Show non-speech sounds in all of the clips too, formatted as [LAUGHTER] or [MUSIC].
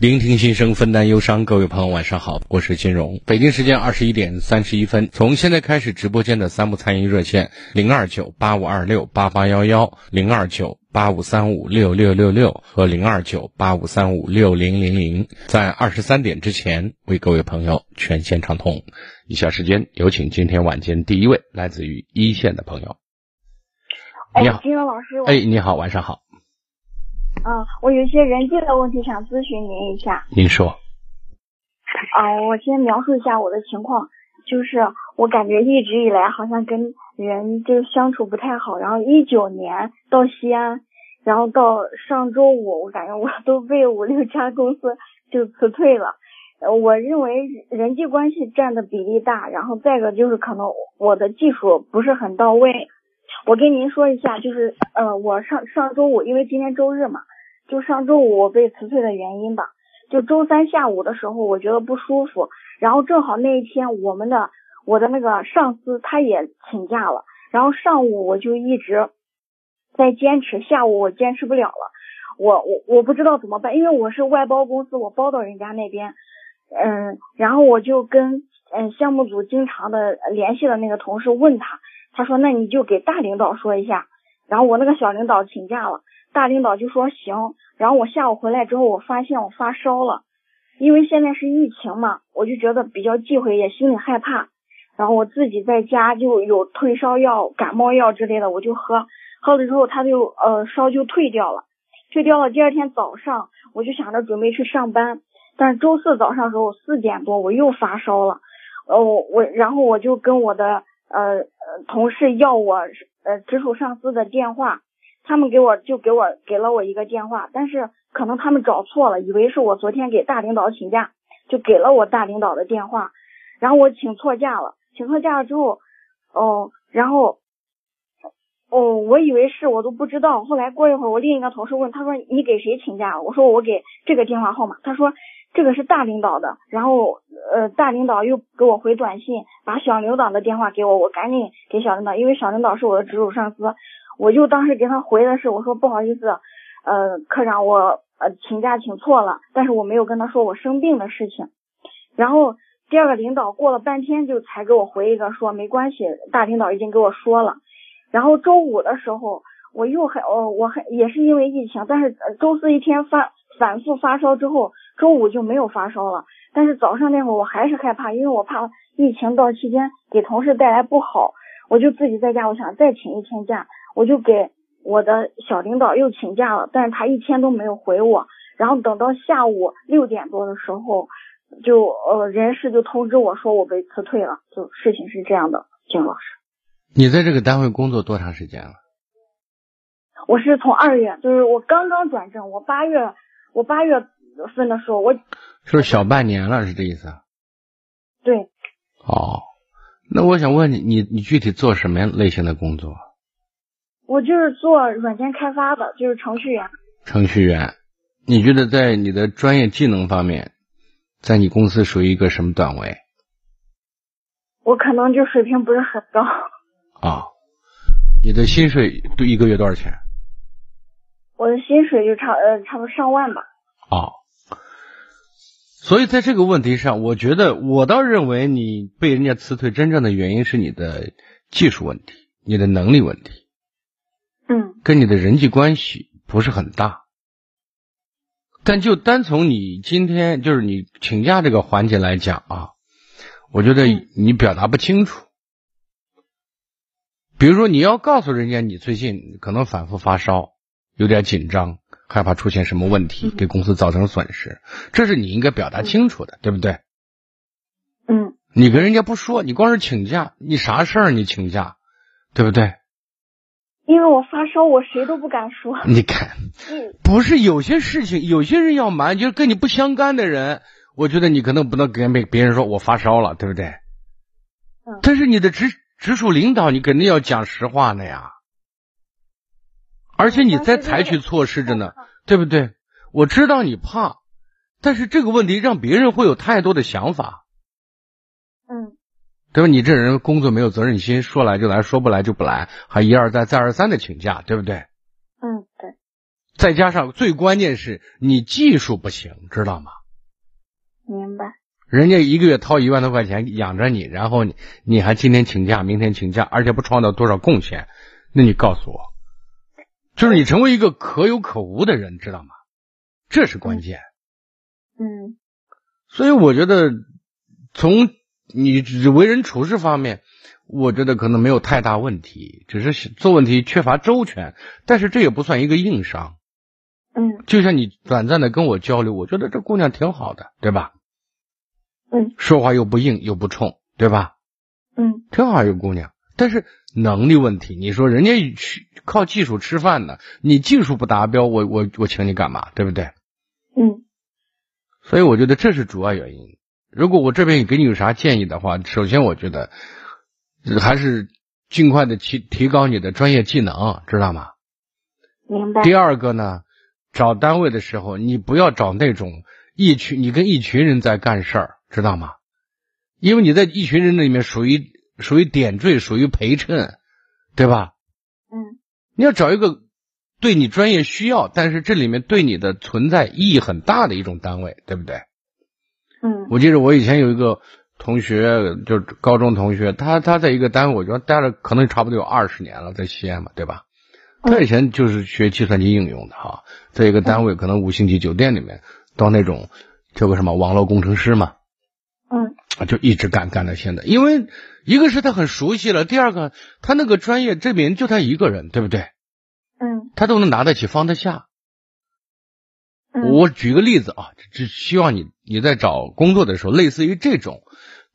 聆听心声，分担忧伤。各位朋友，晚上好，我是金荣。北京时间二十一点三十一分，从现在开始，直播间的三部参与热线：零二九八五二六八八幺幺、零二九八五三五六六六六和零二九八五三五六零零零，在二十三点之前为各位朋友全线畅通。以下时间有请今天晚间第一位来自于一线的朋友。哎你好，金荣老师，我哎，你好，晚上好，嗯，我有一些人际的问题想咨询您一下。您说，啊、我先描述一下我的情况，就是我感觉一直以来好像跟人就相处不太好，然后一九年到西安，然后到上周五，我感觉我都被五六家公司就辞退了。呃我认为人际关系占的比例大，然后再一个就是可能我的技术不是很到位。我跟您说一下，就是呃，我上上周五，因为今天周日嘛，就上周五我被辞退的原因吧。就周三下午的时候，我觉得不舒服，然后正好那一天我们的我的那个上司他也请假了，然后上午我就一直在坚持，下午我坚持不了了，我我我不知道怎么办，因为我是外包公司，我包到人家那边，嗯，然后我就跟嗯项目组经常的呃联系的那个同事问他，他说那你就给大领导说一下，然后我那个小领导请假了，大领导就说行，然后我下午回来之后，我发现我发烧了，因为现在是疫情嘛，我就觉得比较忌讳，也心里害怕。然后我自己在家就有退烧药、感冒药之类的，我就喝，喝了之后它就呃烧就退掉了，退掉了。第二天早上我就想着准备去上班，但是周四早上的时候四点多我又发烧了，呃我我然后我就跟我的呃呃同事要我呃直属上司的电话，他们给我就给我给了我一个电话，但是可能他们找错了，以为是我昨天给大领导请假，就给了我大领导的电话，然后我请错假了，请错假了之后，哦，然后，哦，我以为是我都不知道，后来过一会儿我另一个同事问，他说你给谁请假了？我说我给这个电话号码，他说这个是大领导的，然后呃大领导又给我回短信，把小领导的电话给我，我赶紧给小领导，因为小领导是我的直属上司，我就当时给他回的是，我说不好意思，呃，科长我呃请假请错了，但是我没有跟他说我生病的事情。然后第二个领导过了半天就才给我回一个说没关系，大领导已经给我说了。然后周五的时候我又还哦我还也是因为疫情，但是呃周四一天发反复发烧之后，周五就没有发烧了。但是早上那会儿我还是害怕，因为我怕疫情到期间给同事带来不好，我就自己在家，我想再请一天假，我就给我的小领导又请假了，但是他一天都没有回我。然后等到下午六点多的时候，就呃人事就通知我说我被辞退了，就事情是这样的，金老师，你在这个单位工作多长时间了？我是从二月，就是我刚刚转正，我八月我八月份的时候，我是不是小半年了？是这意思啊？对哦，那我想问你，你你具体做什么类型的工作？我就是做软件开发的，就是程序员，程序员？你觉得在你的专业技能方面，在你公司属于一个什么段位我可能就水平不是很高，啊、你的薪水都一个月多少钱我的薪水就差呃差不多上万吧。啊、所以在这个问题上，我觉得我倒认为你被人家辞退真正的原因是你的技术问题，你的能力问题，嗯。跟你的人际关系不是很大。但就单从你今天就是你请假这个环节来讲啊，我觉得嗯你表达不清楚，比如说你要告诉人家你最近可能反复发烧，有点紧张，害怕出现什么问题，嗯给公司造成损失，这是你应该表达清楚的，对不对？嗯你跟人家不说，你光是请假，你啥事儿你请假，对不对？因为我发烧，我谁都不敢说。 [LAUGHS] 你看，嗯不是有些事情，有些人要瞒，就是跟你不相干的人，我觉得你可能不能跟别别人说我发烧了，对不对？嗯但是你的直直属领导，你肯定要讲实话的呀。而且你在采取措施着呢，对不对？我知道你怕，但是这个问题让别人会有太多的想法，嗯对吧？你这人工作没有责任心，说来就来，说不来就不来，还一而再再而三的请假，对不对？嗯，对，再加上最关键是你技术不行，知道吗？明白。人家一个月掏一万多块钱养着你，然后你你还今天请假，明天请假，而且不创造多少贡献，那你告诉我，就是你成为一个可有可无的人，知道吗？这是关键。嗯所以我觉得，从你为人处事方面，我觉得可能没有太大问题，只是做问题缺乏周全，但是这也不算一个硬伤。嗯就像你短暂的跟我交流，我觉得这姑娘挺好的，对吧？嗯，说话又不硬又不冲，对吧？嗯挺好一个姑娘，但是能力问题，你说人家去靠技术吃饭呢，你技术不达标，我我我请你干嘛，对不对？嗯所以我觉得这是主要原因。如果我这边给你有啥建议的话，首先我觉得呃还是尽快的提提高你的专业技能，知道吗？明白。第二个呢，找单位的时候，你不要找那种一群你跟一群人在干事儿，知道吗？因为你在一群人里面属于属于点缀，属于陪衬，对吧？嗯你要找一个对你专业需要，但是这里面对你的存在意义很大的一种单位，对不对？嗯我记得我以前有一个同学，就是高中同学，他他在一个单位，我觉得待了可能差不多有二十年了，在西安嘛，对吧？嗯他以前就是学计算机应用的哈、在一个单位，可能五星级酒店里面，当那种叫个什么网络工程师嘛，嗯就一直干干到现在。因为一个是他很熟悉了，第二个他那个专业这名就他一个人，对不对？嗯他都能拿得起放得下。嗯，我举个例子啊，只希望你你在找工作的时候，类似于这种，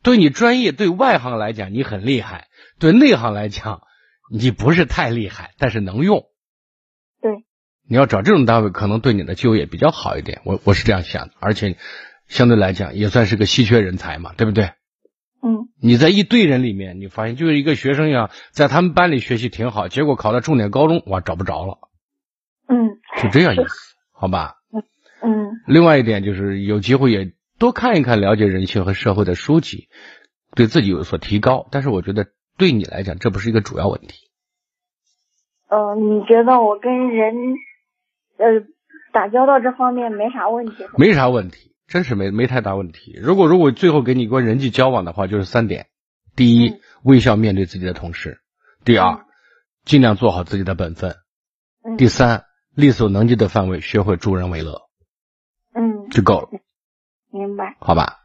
对你专业对外行来讲你很厉害，对内行来讲你不是太厉害，但是能用。对，你要找这种单位，可能对你的就业比较好一点。我我是这样想的，而且相对来讲也算是个稀缺人才嘛，对不对？嗯你在一堆人里面，你发现就是一个学生一样，在他们班里学习挺好，结果考到重点高中，哇，找不着了，嗯就这样意思，好吧？嗯另外一点就是有机会也多看一看了解人性和社会的书籍，对自己有所提高。但是我觉得对你来讲，这不是一个主要问题。呃，你觉得我跟人呃打交道这方面没啥问题是吧？没啥问题，真是没没太大问题。如果如果最后给你一个人际交往的话，就是三点：第一嗯，微笑面对自己的同事；第二嗯，尽量做好自己的本分；嗯第三，力所能及的范围，学会助人为乐嗯，就够了，明白。好吧？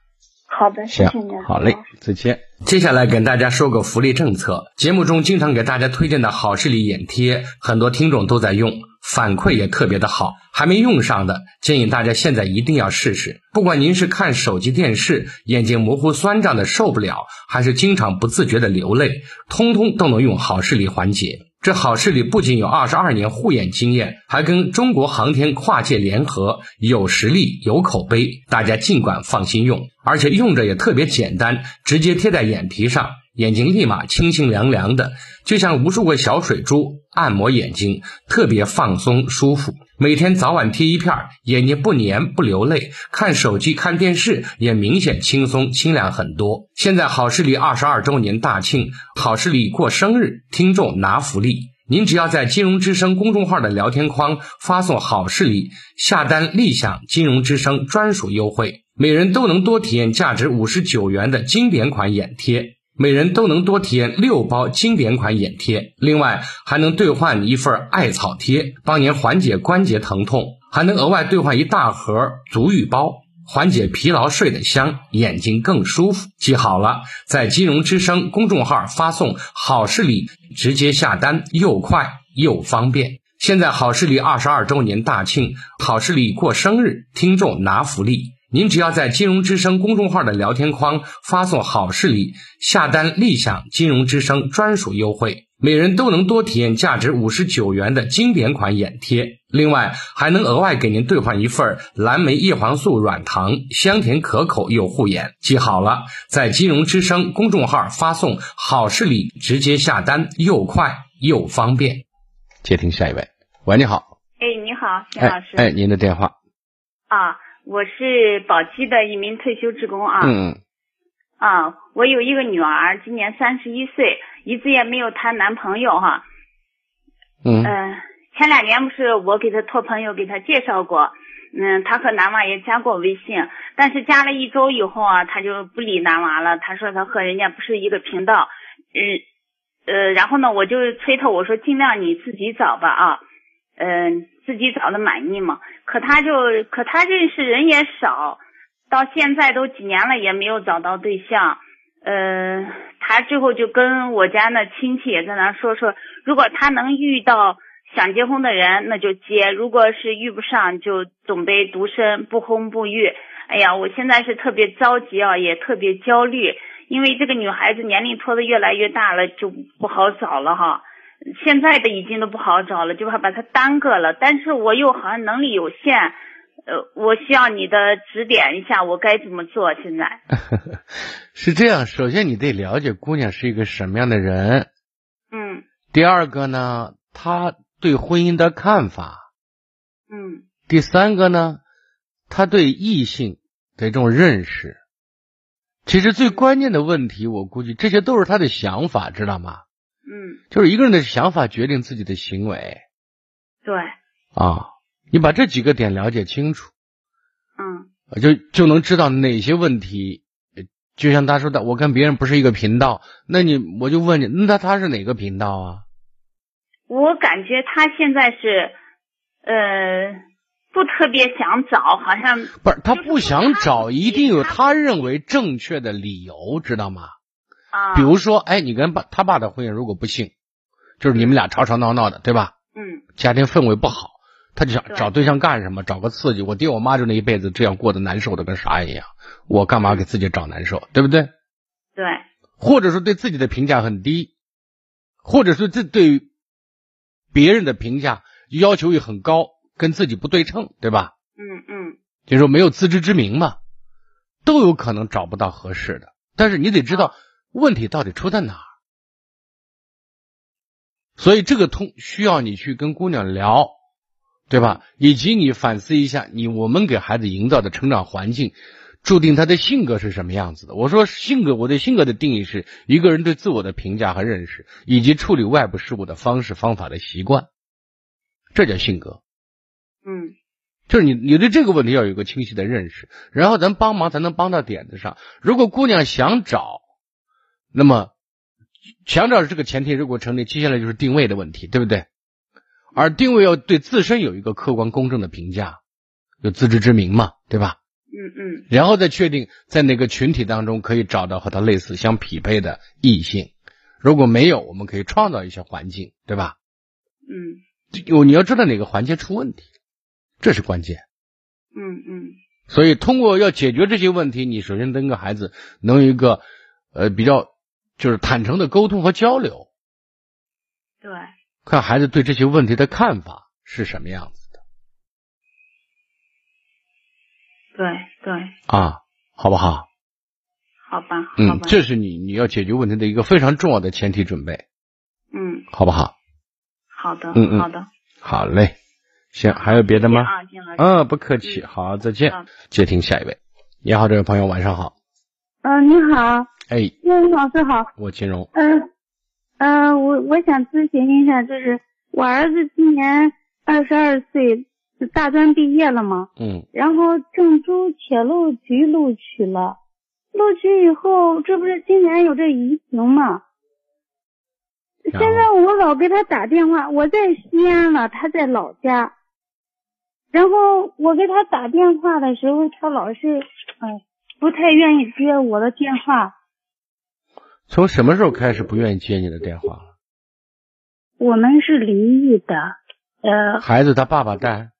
好的，谢行谢您，，好嘞，再见。接下来跟大家说个福利政策，节目中经常给大家推荐的好视力眼贴，很多听众都在用，反馈也特别的好。还没用上的，建议大家现在一定要试试。不管您是看手机电视眼睛模糊酸胀的受不了，还是经常不自觉的流泪，通通都能用好视力缓解。这好视力不仅有二十二年护眼经验，还跟中国航天跨界联合，有实力、有口碑，大家尽管放心用，而且用着也特别简单，直接贴在眼皮上，眼睛立马清清凉凉的，就像无数个小水珠按摩眼睛，特别放松舒服。每天早晚贴一片儿，眼睛不粘不流泪，看手机看电视也明显轻松清凉很多。现在好视力二十二周年大庆，好视力过生日，听众拿福利。您只要在金融之声公众号的聊天框发送“好视力”，下单立享金融之声专属优惠，每人都能多体验价值五十九元的经典款眼贴。每人都能多体验六包经典款眼贴，另外还能兑换一份艾草贴，帮您缓解关节疼痛，还能额外兑换一大盒足浴包。缓解疲劳睡得香，眼睛更舒服。记好了，在金融之声公众号发送“好视力”，直接下单，又快又方便。现在好视力二十二周年大庆，好视力过生日，听众拿福利。您只要在金融之声公众号的聊天框发送“好视力”，下单立享金融之声专属优惠，每人都能多体验价值五十九元的经典款眼贴。另外，还能额外给您兑换一份蓝莓叶黄素软糖，香甜可口又护眼。记好了，在金融之声公众号发送“好视力”，直接下单，又快又方便。接听下一位，喂，你好，哎，你好，陈老哎师。哎，您的电话，啊，我是宝鸡的一名退休职工啊。嗯嗯，啊，我有一个女儿，今年三十一岁，一直也没有谈男朋友哈。嗯嗯、哎前两年不是我给她托朋友给她介绍过，嗯，她和男娃也加过微信，但是加了一周以后啊，她就不理男娃了。她说她和人家不是一个频道，嗯、呃，然后呢，我就催她，我说尽量你自己找吧啊，嗯、自己找的满意嘛。可她就可她认识人也少，到现在都几年了也没有找到对象。呃，他最后就跟我家那亲戚也在那儿说说，如果他能遇到想结婚的人，那就结；如果是遇不上，就准备独身，不婚不育。哎呀，我现在是特别着急啊，也特别焦虑，因为这个女孩子年龄拖得越来越大了，就不好找了哈。现在的已经都不好找了，就怕把她耽搁了。但是我又好像能力有限，呃，我需要你的指点一下，我该怎么做？现在。是这样，首先你得了解姑娘是一个什么样的人，嗯第二个呢，她对婚姻的看法，嗯第三个呢，她对异性的一种认识。其实最关键的问题，我估计这些都是她的想法，知道吗？嗯，就是一个人的想法决定自己的行为对，啊。你把这几个点了解清楚，嗯呃就就能知道哪些问题。呃就像他说的，我跟别人不是一个频道，那你我就问你，那他是哪个频道啊？我感觉他现在是，呃，不特别想找，好像不是他就是不想他找，自一己定有他他认为正确的理由，知道吗？啊，比如说，哎，你跟爸他爸的婚姻如果不幸，就是你们俩吵吵闹闹的，对吧？嗯家庭氛围不好，他就想对找对象干什么？找个刺激。我爹我妈就那一辈子这样过得难受的跟啥一样，我干嘛给自己找难受，对不对？对，或者说对自己的评价很低，或者说这对别人的评价要求也很高，跟自己不对称，对吧？嗯嗯就是说没有自知之明嘛，都有可能找不到合适的。但是你得知道问题到底出在哪儿，所以这个通需要你去跟姑娘聊，对吧？以及你反思一下，你我们给孩子营造的成长环境，注定他的性格是什么样子的。我说性格，我对性格的定义是一个人对自我的评价和认识，以及处理外部事物的方式、方法的习惯，这叫性格。嗯就是你你对这个问题要有一个清晰的认识，然后咱帮忙才能帮到点子上。如果姑娘想找，那么想找这个前提如果成立，接下来就是定位的问题，对不对？而定位要对自身有一个客观公正的评价，有自知之明嘛，对吧？嗯嗯然后再确定在哪个群体当中可以找到和他类似相匹配的异性。如果没有，我们可以创造一些环境，对吧？嗯有你要知道哪个环节出问题，这是关键。嗯嗯所以，通过要解决这些问题，你首先跟个孩子能有一个呃比较就是坦诚的沟通和交流，对，看孩子对这些问题的看法是什么样子对对，的啊，好不好？好吧，好嗯，吧，这是你你要解决问题的一个非常重要的前提准备，嗯，好不好？好的，嗯嗯好的，好嘞，行，还有别的吗？啊，金老师，嗯，不客气，好，再见嗯。接听下一位，你好，这位朋友，晚上好。嗯，你好，哎，叶老师好。我金荣，嗯、呃，我我想咨询一下，就是我儿子今年二十二岁，大专毕业了嘛，嗯然后郑州铁路局录取了，录取以后，这不是今年有这移情嘛？然现后在我老给他打电话，我在西安了，他在老家。然后我给他打电话的时候，他老是哎不太愿意接我的电话。从什么时候开始不愿意接你的电话了？我们是离异的，呃，孩子他爸爸带，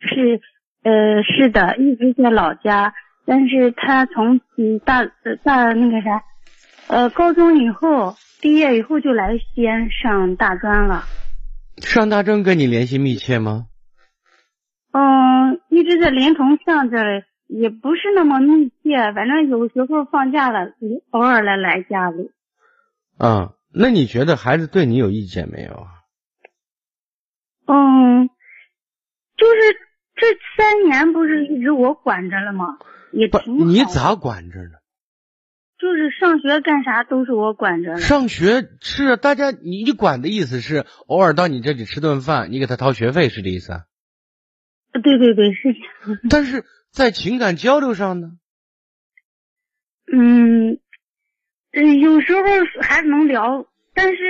是呃是的，一直在老家，但是他从嗯大呃大那个啥，呃高中以后毕业以后就来西安上大专了，上大专跟你联系密切吗？嗯，一直在临潼上这儿也不是那么密切，反正有时候放假了，也偶尔来来家里。啊，那你觉得孩子对你有意见没有啊？嗯，就是这三年不是一直我管着了吗？也不，挺好你咋管着呢？就是上学干啥都是我管着了。上学是啊大家，你你管的意思是偶尔到你这里吃顿饭，你给他掏学费是这意思啊？啊对对对，是这样。 [LAUGHS] 但是在情感交流上呢？嗯，呃有时候还能聊，但是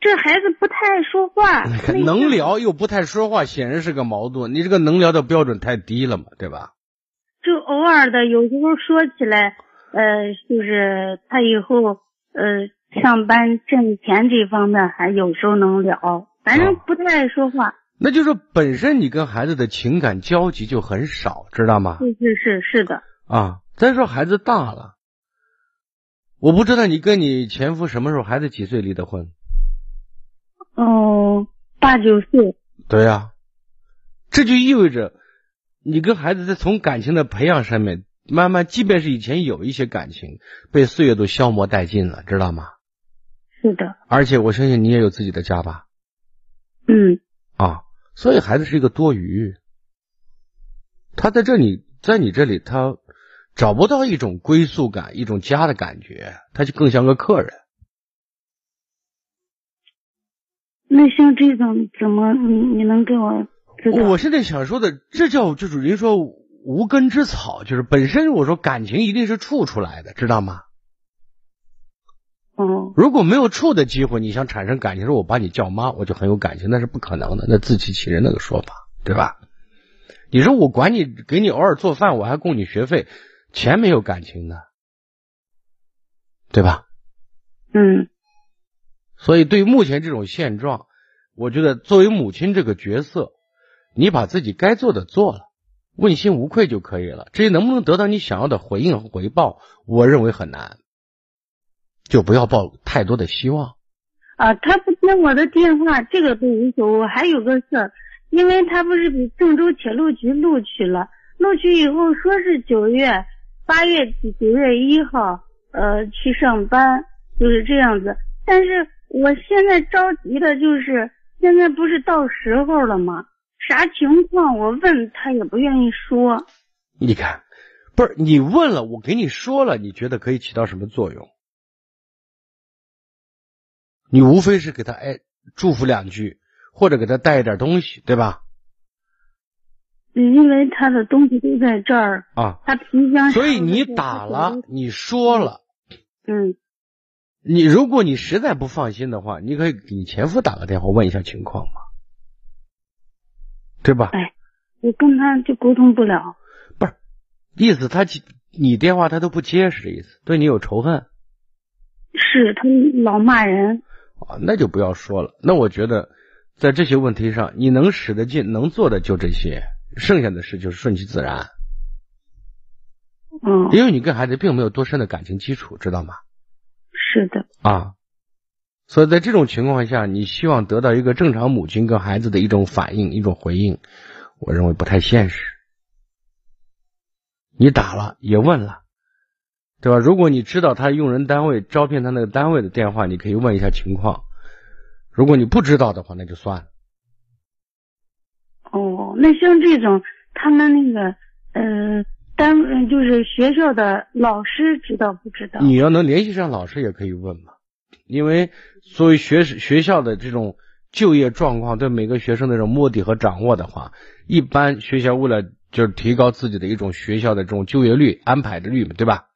这孩子不太说话。你看内向能。聊又不太说话，显然是个矛盾。你这个能聊的标准太低了嘛，对吧？就偶尔的，有时候说起来，呃，就是他以后呃上班挣钱这方面，还有时候能聊，反正哦不太爱说话。那就是本身你跟孩子的情感交集就很少，知道吗？是是是是的，啊，再说孩子大了，我不知道你跟你前夫什么时候，孩子几岁离的婚？哦，八九岁，对呀、这就意味着你跟孩子在从感情的培养上面，慢慢，即便是以前有一些感情被岁月都消磨殆尽了，知道吗？是的，而且我相信你也有自己的家吧，嗯，啊，所以孩子是一个多余，他在这里，在你这里，他找不到一种归宿感，一种家的感觉，他就更像个客人。那像这种怎么你你能给我知道？我现在想说的，这叫就是人家说无根之草，就是本身我说感情一定是处出来的，知道吗？哦，如果没有处的机会，你想产生感情，说我把你叫妈，我就很有感情，那是不可能的，那自欺欺人那个说法，对吧？你说我管你，给你偶尔做饭，我还供你学费，钱没有感情啊的，对吧？嗯所以对于目前这种现状，我觉得作为母亲这个角色，你把自己该做的做了，问心无愧就可以了。至于能不能得到你想要的回应和回报，我认为很难，就不要抱太多的希望。啊，他不接我的电话，这个都无所谓。我还有个事儿，因为他不是被郑州铁路局录取了，录取以后说是九月、八月底、九月一号，呃，去上班，就是这样子。但是我现在着急的就是，现在不是到时候了吗？啥情况？我问他也不愿意说。你看，不是你问了，我给你说了，你觉得可以起到什么作用？你无非是给他哎祝福两句，或者给他带一点东西，对吧？嗯因为他的东西都在这儿，啊，他皮箱。所以你打了，，你说了，嗯，你如果你实在不放心的话，你可以给你前夫打个电话问一下情况嘛，对吧？哎我跟他就沟通不了。意思他你电话他都不接是这意思，对你有仇恨。是他老骂人，啊，那就不要说了。那我觉得，在这些问题上，你能使得劲、能做的就这些，剩下的事就是顺其自然。嗯，因为你跟孩子并没有多深的感情基础，知道吗？是的，啊，所以在这种情况下，你希望得到一个正常母亲跟孩子的一种反应、一种回应，我认为不太现实。你打了也问了，对吧？如果你知道他用人单位招聘他那个单位的电话，你可以问一下情况。如果你不知道的话，那就算了。哦，那像这种他们那个呃单呃就是学校的老师知道不知道？你要能联系上老师，也可以问嘛，因为作为学学校的这种就业状况，对每个学生的这种摸底和掌握的话，一般学校为了就是提高自己的一种学校的这种就业率、安排的率嘛，对吧？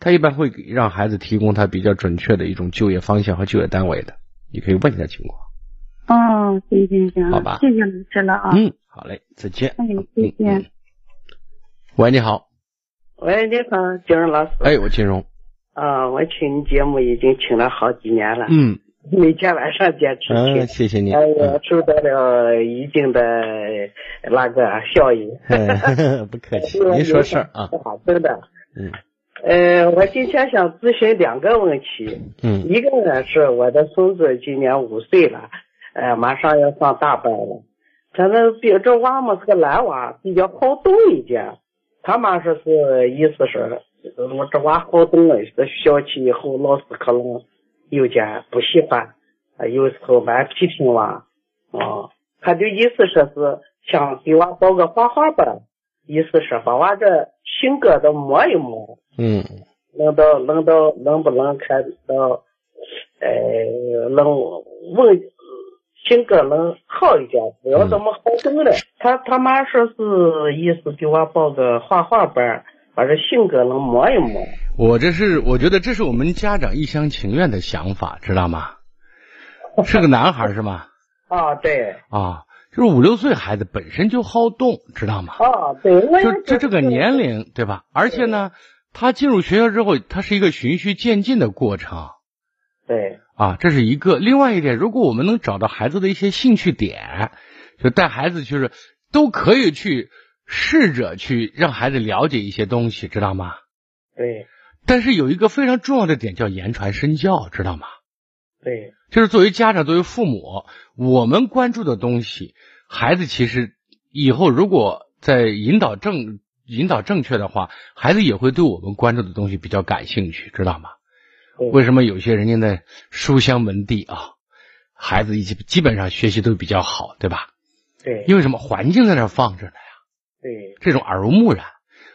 他一般会给让孩子提供他比较准确的一种就业方向和就业单位的，你可以问一下情况，哦，行行行，好吧谢谢老师了啊，嗯，好嘞，再见。哎，谢谢。嗯嗯喂，你好。喂，你好，金荣老师。哎，我金荣。啊，我听你节目已经听了好几年了，嗯，每天晚上坚持嗯，听。谢谢你。哎呀嗯，受到了一定的那个效哎益。 [LAUGHS] 哎不客 [LAUGHS] 气，您说事儿啊。好，真的。嗯。呃，我今天想咨询两个问题，嗯一个呢是我的孙子今年五岁了，呃，马上要上大班了。咱们比这娃嘛是个男娃，比较好动一点。他妈说是意思是，呃我这娃好动了，这小气以后老死可能有点不喜欢，呃有时候蛮批评娃。哦，他就意思说是想给娃报个画画班，意思是把娃这性格都磨一磨，嗯能到能到能不能看到，呃，能问性格能好一点，不要这么好动了。他他妈说是意思给我报个画画班儿，把这性格能磨一磨。我这是，我觉得这是我们家长一厢情愿的想法，知道吗？是个男孩儿是吗？啊，对，啊，就是五六岁孩子本身就好动，知道吗？啊，对，我也就觉这得这个年龄，对吧？而且呢，他进入学校之后，他是一个循序渐进的过程对，啊，这是一个。另外一点，如果我们能找到孩子的一些兴趣点，就带孩子就是都可以去试着去让孩子了解一些东西，知道吗？对，但是有一个非常重要的点叫言传身教，知道吗？对，就是作为家长、作为父母，我们关注的东西，孩子其实以后如果在引导正引导正确的话，孩子也会对我们关注的东西比较感兴趣，知道吗？对为什么有些人家的书香门第啊，孩子一基基本上学习都比较好，对吧？对，因为什么？环境在那儿放着呢，对，这种耳濡目染。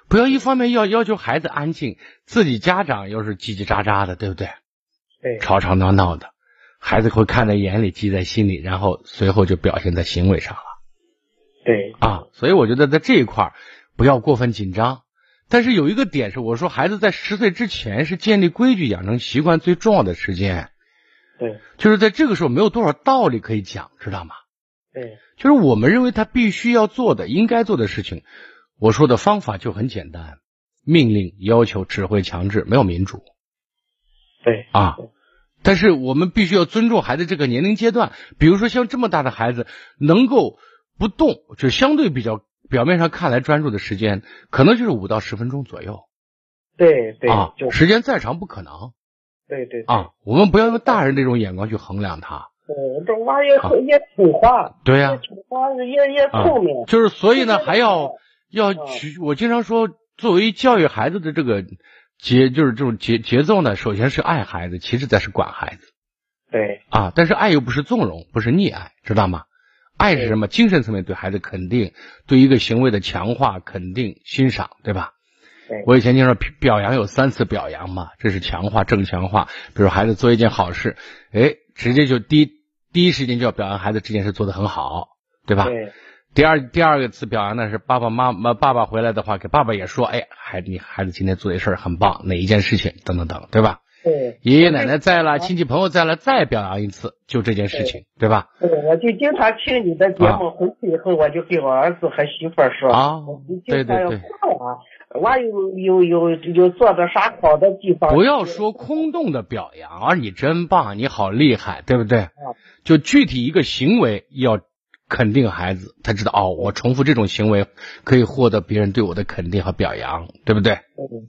不要一方面要要求孩子安静，自己家长又是叽叽喳喳的，对不对？对，吵吵闹闹的，孩子会看在眼里，记在心里，然后随后就表现在行为上了对，啊。所以我觉得在这一块儿不要过分紧张。但是有一个点是，我说孩子在十岁之前是建立规矩、养成习惯最重要的时间，对，就是在这个时候没有多少道理可以讲，知道吗？对，就是我们认为他必须要做的、应该做的事情，我说的方法就很简单：命令、要求、指挥、强制，没有民主。对，啊。但是我们必须要尊重孩子这个年龄阶段，比如说像这么大的孩子，能够不动，就相对比较表面上看来专注的时间，可能就是五到十分钟左右对，对啊，，就是，时间再长不可能对，对，啊。我们不要用大人那种眼光去衡量他，对，呃这娃也啊也听话，对呀、也听话，也也啊聪明，就是所以呢，对对对还要要去，我经常说，作为教育孩子的这个节，就是这种节节奏呢，首先是爱孩子，其次再是管孩子。对，啊，但是爱又不是纵容，不是溺爱，知道吗？爱是什么？精神层面对孩子肯定，对一个行为的强化、肯定、欣赏，对吧对？我以前经常说表扬有三次表扬嘛，这是强化、正强化。比如孩子做一件好事，哎，直接就第一第一时间就要表扬孩子这件事做得很好，对吧？对，第二第二个次表扬呢是爸爸妈妈爸爸回来的话，给爸爸也说，哎，孩子你孩子今天做的事儿很棒，哪一件事情等等等，对吧？对。爷爷奶奶在了，亲戚朋友在了，再表扬一次，就这件事情，对吧？对，我就经常听你的节目，回去以后我就给我儿子和媳妇儿说，啊我们经常要对对夸娃，娃有有有有做的啥好的地方，不要说空洞的表扬，啊，你真棒，你好厉害，对不对？就具体一个行为要肯定孩子，他知道哦，我重复这种行为可以获得别人对我的肯定和表扬，对不对？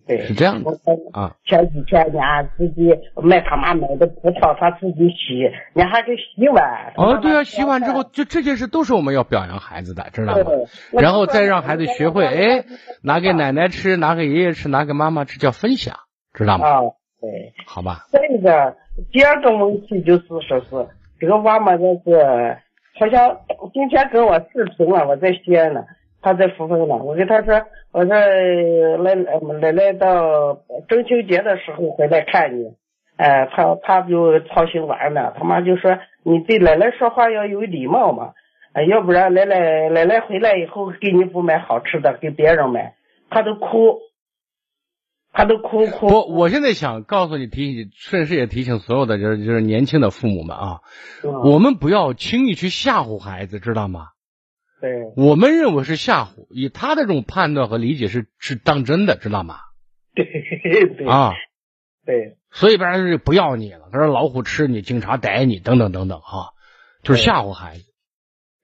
对，是这样的我我啊，前几天呢，自己卖他妈买的葡萄，他自己洗，然后就洗碗。哦，对啊，洗碗之后，就这件事都是我们要表扬孩子的，知道吗？对然后再让孩子学会，我就说哎，拿给奶奶吃，拿给爷爷吃，拿给妈妈吃，叫分享，知道吗？啊，对。好吧，这个第二个问题就是说是这个娃嘛，就是好像今天跟我视频了，我在西安呢，他在扶风呢。我跟他说，我说来来来到中秋节的时候回来看你。呃，他他就操心玩呢，他妈就说你对奶奶说话要有礼貌嘛，呃、要不然奶奶奶奶回来以后给你不买好吃的，给别人买，他都哭，他都哭哭。不，我现在想告诉你，提醒，顺势也提醒所有的就是就是年轻的父母们啊，嗯我们不要轻易去吓唬孩子，知道吗？对我们认为是吓唬，以他的这种判断和理解是是当真的，知道吗？对 [LAUGHS] 对啊，对所以别人就不要你了，他说老虎吃你，警察逮你，等等等等啊，就是吓唬孩子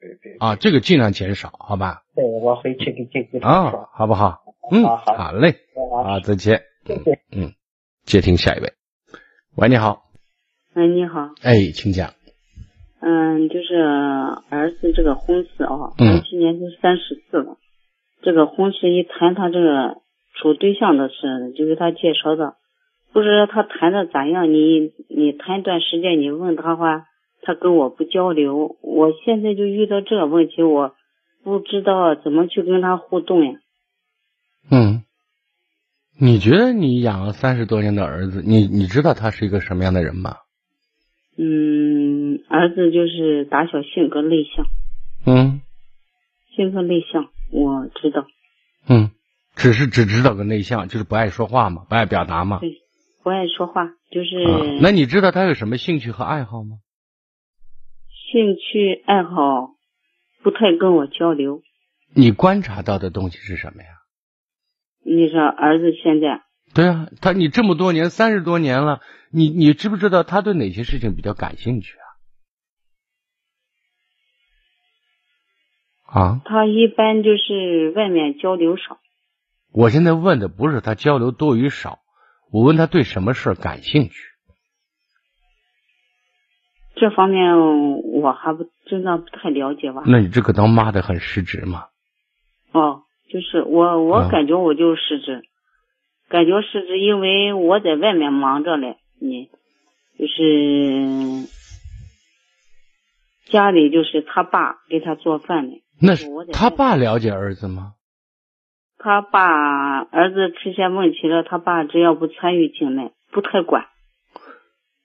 对对啊，这个尽量减少，好吧？对，我回去给姐姐啊说，。好不好？嗯，好好好嘞，啊，再见。谢谢。嗯，接听下一位。喂，你好，哎，你好，哎，请讲。嗯，就是儿子这个婚事啊，嗯他今年都三十四了，这个婚事一谈他这个处对象的事，就给他介绍的，不知道他谈的咋样，你你谈一段时间，你问他话，他跟我不交流，我现在就遇到这个问题，我不知道怎么去跟他互动呀。嗯，你觉得你养了三十多年的儿子，你你知道他是一个什么样的人吗？嗯，儿子就是打小性格内向，嗯性格内向，我知道，嗯，只是只知道个内向，就是不爱说话嘛，不爱表达嘛。不爱说话，就是、嗯啊，那你知道他有什么兴趣和爱好吗？兴趣爱好不太跟我交流。你观察到的东西是什么呀？你说儿子现在对啊，他你这么多年，三十多年了，你你知不知道他对哪些事情比较感兴趣啊？啊，他一般就是外面交流少，我现在问的不是他交流多与少，我问他对什么事儿感兴趣。这方面我还不真的不太了解吧。那你这个当妈的很失职嘛？哦，就是我啊我感觉我就失职，感觉失职，因为我在外面忙着嘞，你就是家里就是他爸给他做饭嘞，那是我得他问爸了解儿子吗？他爸儿子出现问题了，他爸只要不参与进来，不太管，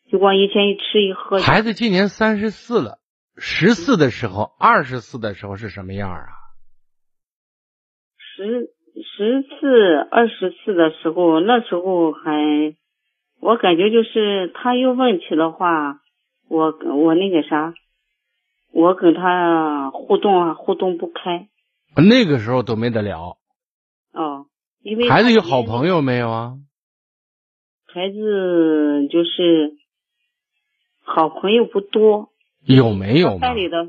就光一天一吃一喝。孩子今年三十四了，十四的时候，二十四的时候是什么样啊？十十四、二十四的时候，那时候还，我感觉就是他有问题的话，我我那个啥，我跟他互动啊，互动不开那个时候都没得聊。哦，因为孩他子有今好年朋友没有啊？孩子就是好朋友不多，有没有嘛？班里的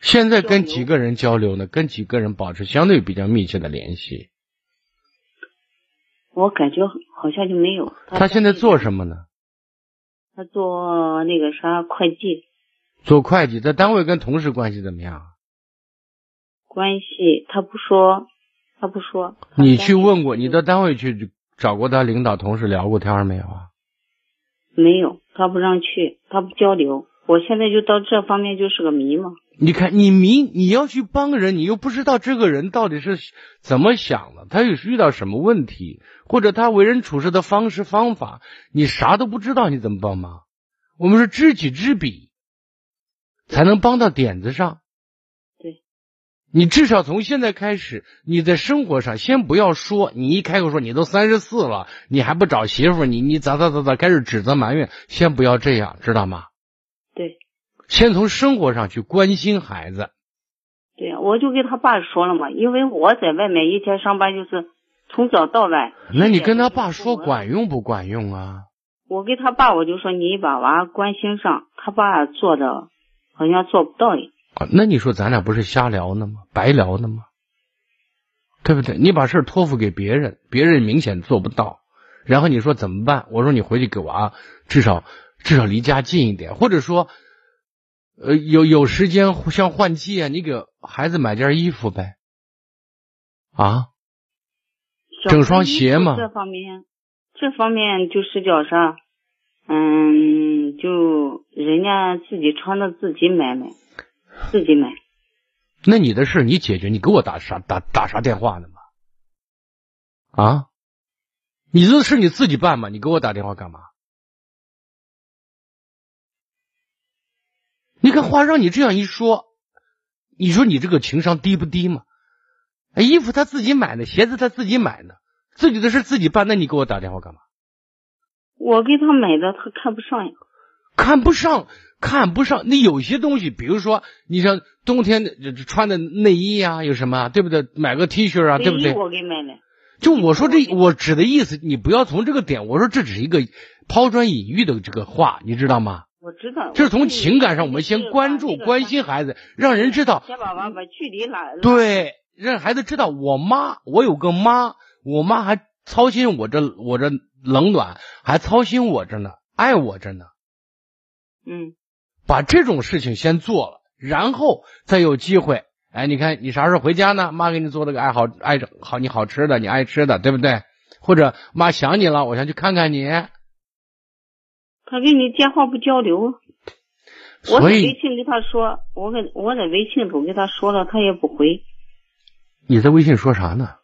现在跟交流几个人交流呢？跟几个人保持相对比较密切的联系？我感觉好像就没有。他现在做么？什么呢？他做那个啥会计，做会计，在单位跟同事关系怎么样？关系他不说，他不说。你去问过，他你到单位去找过他领导、同事聊过天没有啊？没有，他不让去，他不交流。我现在就到这方面就是个迷茫。你看，你迷，你要去帮人，你又不知道这个人到底是怎么想的，他有遇到什么问题，或者他为人处事的方式方法，你啥都不知道，你怎么帮忙？我们是知己知彼，才能帮到点子上。对，你至少从现在开始，你在生活上先不要说，你一开口说你都三十四了，你还不找媳妇儿，你你咋咋咋咋开始指责埋怨，先不要这样，知道吗？对先从生活上去关心孩子。对呀，我就跟他爸说了嘛，因为我在外面一天上班就是从早到晚。那你跟他十点爸钟出说门？管用不管用啊？我跟他爸我就说你把娃关心上，他爸做的好像做不到一样。啊那你说咱俩不是瞎聊呢吗？白聊呢吗？对不对？你把事儿托付给别人，别人明显做不到，然后你说怎么办？我说你回去给娃至少至少离家近一点，或者说，呃，有有时间互相换季啊，你给孩子买件衣服呗，啊，整双鞋小朋嘛友这方面，这方面就是叫啥？嗯，就人家自己穿的自己买买，自己买。那你的事你解决，你给我打啥打打啥电话呢嘛？啊，你这事你自己办嘛，你给我打电话干嘛？你看话让你这样一说，你说你这个情商低不低嘛？哎衣服他自己买的，鞋子他自己买的，自己的事自己办，那你给我打电话干嘛？我给他买的，他看不上呀。看不上，看不上。那有些东西，比如说你像冬天的穿的内衣啊，有什么啊，对不对？买个 T 恤啊，对不对？我给买的。就我说这，我指的意思，你不要从这个点。我说这只是一个抛砖引玉的这个话，你知道吗？我知道。就是从情感呃上，我们先关注、关心孩子，让人知道。先把把把距离拉。对，让孩子知道我妈，我有个妈，我妈还操心我这我这冷暖，还操心我着呢，爱我着呢。嗯。把这种事情先做了，然后再有机会。哎，你看你啥时候回家呢？妈给你做了个爱好爱好你好吃的，你爱吃的，对不对？或者妈想你了，我想去看看你。他跟你电话不交流，我在微信跟他说，我跟我在微信都跟他说了，他也不回。你在微信说啥呢？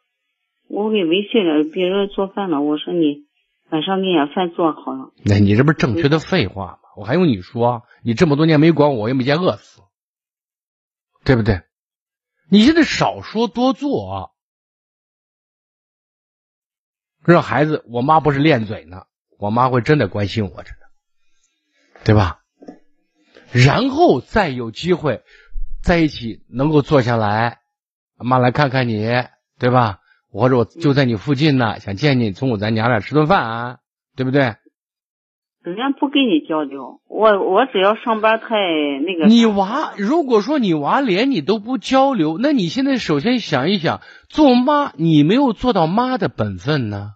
我给微信了，别人做饭了，我说你晚上给俺饭做好了。那、哎、你这不是正确的废话吗？我还用你说？你这么多年没管我，我也没见饿死，对不对？你现在少说多做，啊，让孩子，我妈不是练嘴呢，我妈会真的关心我着呢，对吧？然后再有机会在一起能够坐下来，妈来看看你，对吧？或者我就在你附近呢，想见你，中午咱娘俩吃顿饭、啊，对不对？人家不跟你交流，我我只要上班太那个。你娃如果说你娃连你都不交流，那你现在首先想一想，做妈你没有做到妈的本分呢。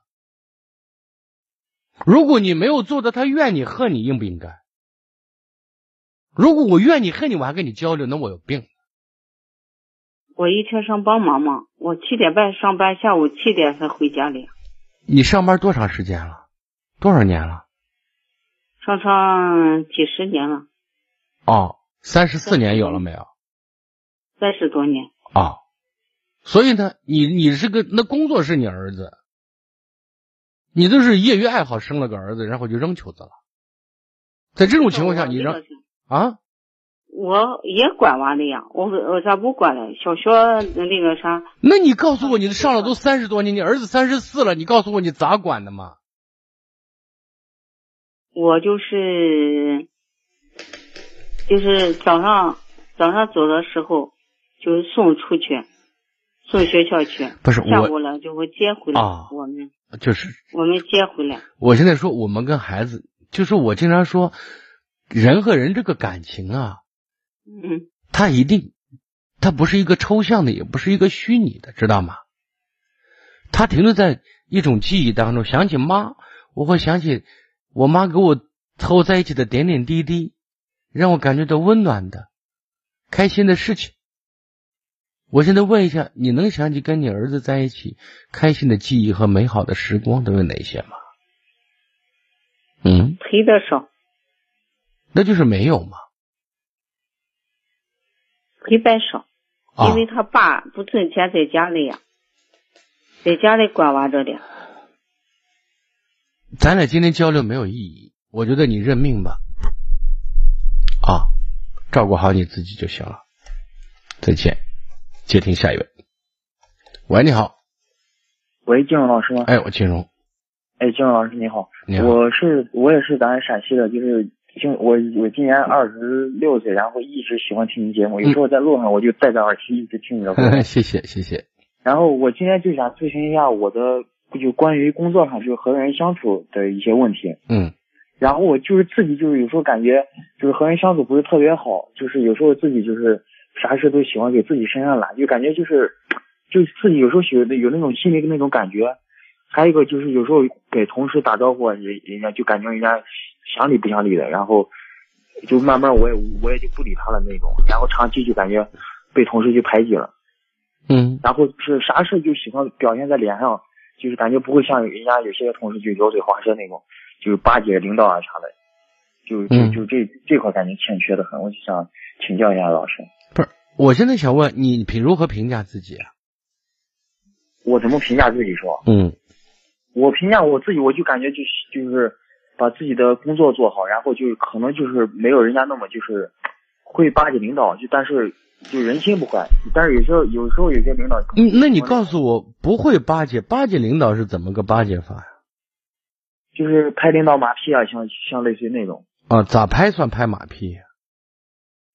如果你没有做到他怨你恨你，应不应该？如果我怨你恨你，我还跟你交流，那我有病。我一天上班忙嘛，我七点半上班，下午七点才回家里。你上班多长时间了？多少年了？上上几十年了，哦，三十四年有了没有？三十多年。哦，所以呢，你你是个那工作是你儿子，你都是业余爱好生了个儿子，然后就扔球子了。在这种情况下，你扔啊？我也管娃的呀，我我咋不管了？小学那个啥？那你告诉我，你上了都三十多年，你儿子三十四了，你告诉我你咋管的嘛？我就是，就是早上早上走的时候，就是送出去，送学校去。不是下午了就会接回来。啊，我们就是我们接回来。我现在说我们跟孩子，就是我经常说，人和人这个感情啊，嗯，它一定，它不是一个抽象的，也不是一个虚拟的，知道吗？它停留在一种记忆当中，想起妈，我会想起。我妈给我凑在一起的点点滴滴，让我感觉到温暖的、开心的事情。我现在问一下，你能想起跟你儿子在一起开心的记忆和美好的时光都有哪些吗？嗯，陪的少，那就是没有嘛，陪伴少，因为他爸不挣钱，在家里呀、啊，在家里管娃着的。咱俩今天交流没有意义，我觉得你认命吧，啊，照顾好你自己就行了。再见，接听下一位。喂，你好。喂，金荣老师吗？哎，我金荣。哎，金荣老师你好。你好。我是我也是咱陕西的，就是听我我今年二十六岁，然后一直喜欢听您节目，嗯有时候在路上我就戴着耳机一直听你的。 [LAUGHS] 谢谢谢谢。然后我今天就想咨询一下我的。就关于工作上就是和人相处的一些问题，嗯，然后我就是自己就是有时候感觉就是和人相处不是特别好，就是有时候自己就是啥事都喜欢给自己身上揽，就感觉就是就自己有时候有有那种心里那种感觉。还有一个就是有时候给同事打招呼，啊人人家就感觉人家想理不想理的，然后就慢慢我也我也就不理他了那种，然后长期就感觉被同事就排挤了，嗯，然后是啥事就喜欢表现在脸上。就是感觉不会像人家有些同事就油嘴滑舌那种，就是巴结领导啊啥的，就嗯就就这这块感觉欠缺的很。我就想请教一下老师。不是，我现在想问你评如何评价自己啊？我怎么评价自己说？嗯，我评价我自己，我就感觉就就是把自己的工作做好，然后就是可能就是没有人家那么就是会巴结领导，就但是。就人心不坏，但是有时候有时候有些领导，嗯，那你告诉我不会巴结，巴结领导是怎么个巴结法呀、啊？就是拍领导马屁啊，像像类似于那种。啊，咋拍算拍马屁呀、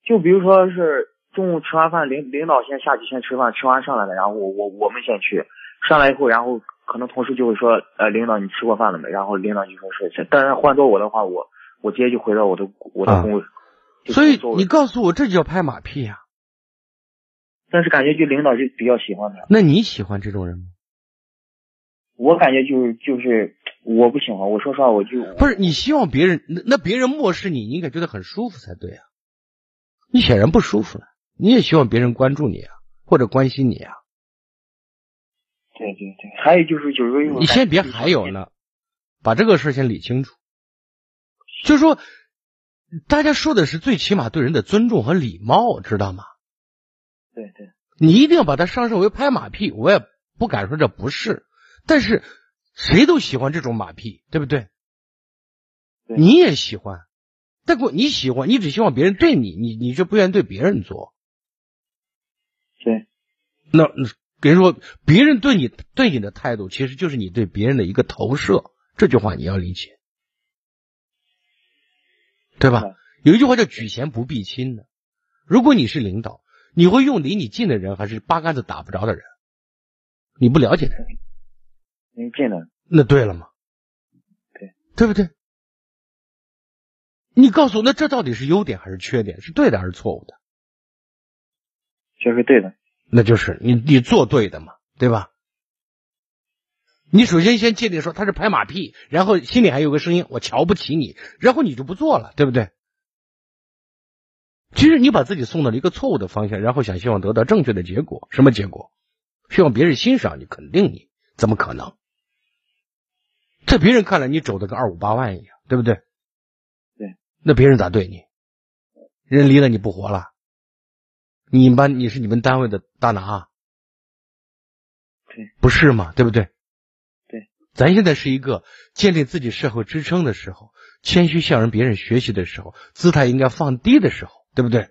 就比如说是中午吃完饭，领领导先下去先吃饭，吃完上来了，然后我我我们先去，上来以后，然后可能同事就会说，呃，领导你吃过饭了没？然后领导就说是，但是换做我的话，我我直接就回到我的我的啊工位。就所以工作你位告诉我，这就叫拍马屁呀、但是感觉就领导就比较喜欢他，那你喜欢这种人吗？我感觉就是就是我不喜欢，我说实话我就不是，你希望别人那那别人漠视你，你应该觉得很舒服才对啊。你显然不舒服了，你也希望别人关注你啊，或者关心你啊。对对对，还有就是有时候你先别还有呢，把这个事儿先理清楚。就是说，大家说的是最起码对人的尊重和礼貌，知道吗？对对你一定要把它上升为拍马屁，我也不敢说这不是，但是谁都喜欢这种马屁，对不对？对你也喜欢，但过你喜欢，你只希望别人对你，你你就不愿意对别人做。对那人说别人对你对你的态度，其实就是你对别人的一个投射。这句话你要理解，对吧嗯？有一句话叫“举贤不避亲”呢。如果你是领导，你会用离你近的人，还是八竿子打不着的人？你不了解的人，没劲了，那对了吗？对，对不对？你告诉我，那这到底是优点还是缺点？是对的还是错误的？这是对的，那就是你你做对的嘛，对吧？你首先先界定说他是拍马屁，然后心里还有个声音我瞧不起你，然后你就不做了，对不对？其实你把自己送到了一个错误的方向，然后想希望得到正确的结果，什么结果？希望别人欣赏你、肯定你，怎么可能？在别人看来，你走的跟二五八万一样，对不对？对。那别人咋对你？人离了你不活了？你们班你是你们单位的大拿，啊对，不是嘛？对不对？对，咱现在是一个建立自己社会支撑的时候，谦虚向人别人学习的时候，姿态应该放低的时候，对不对？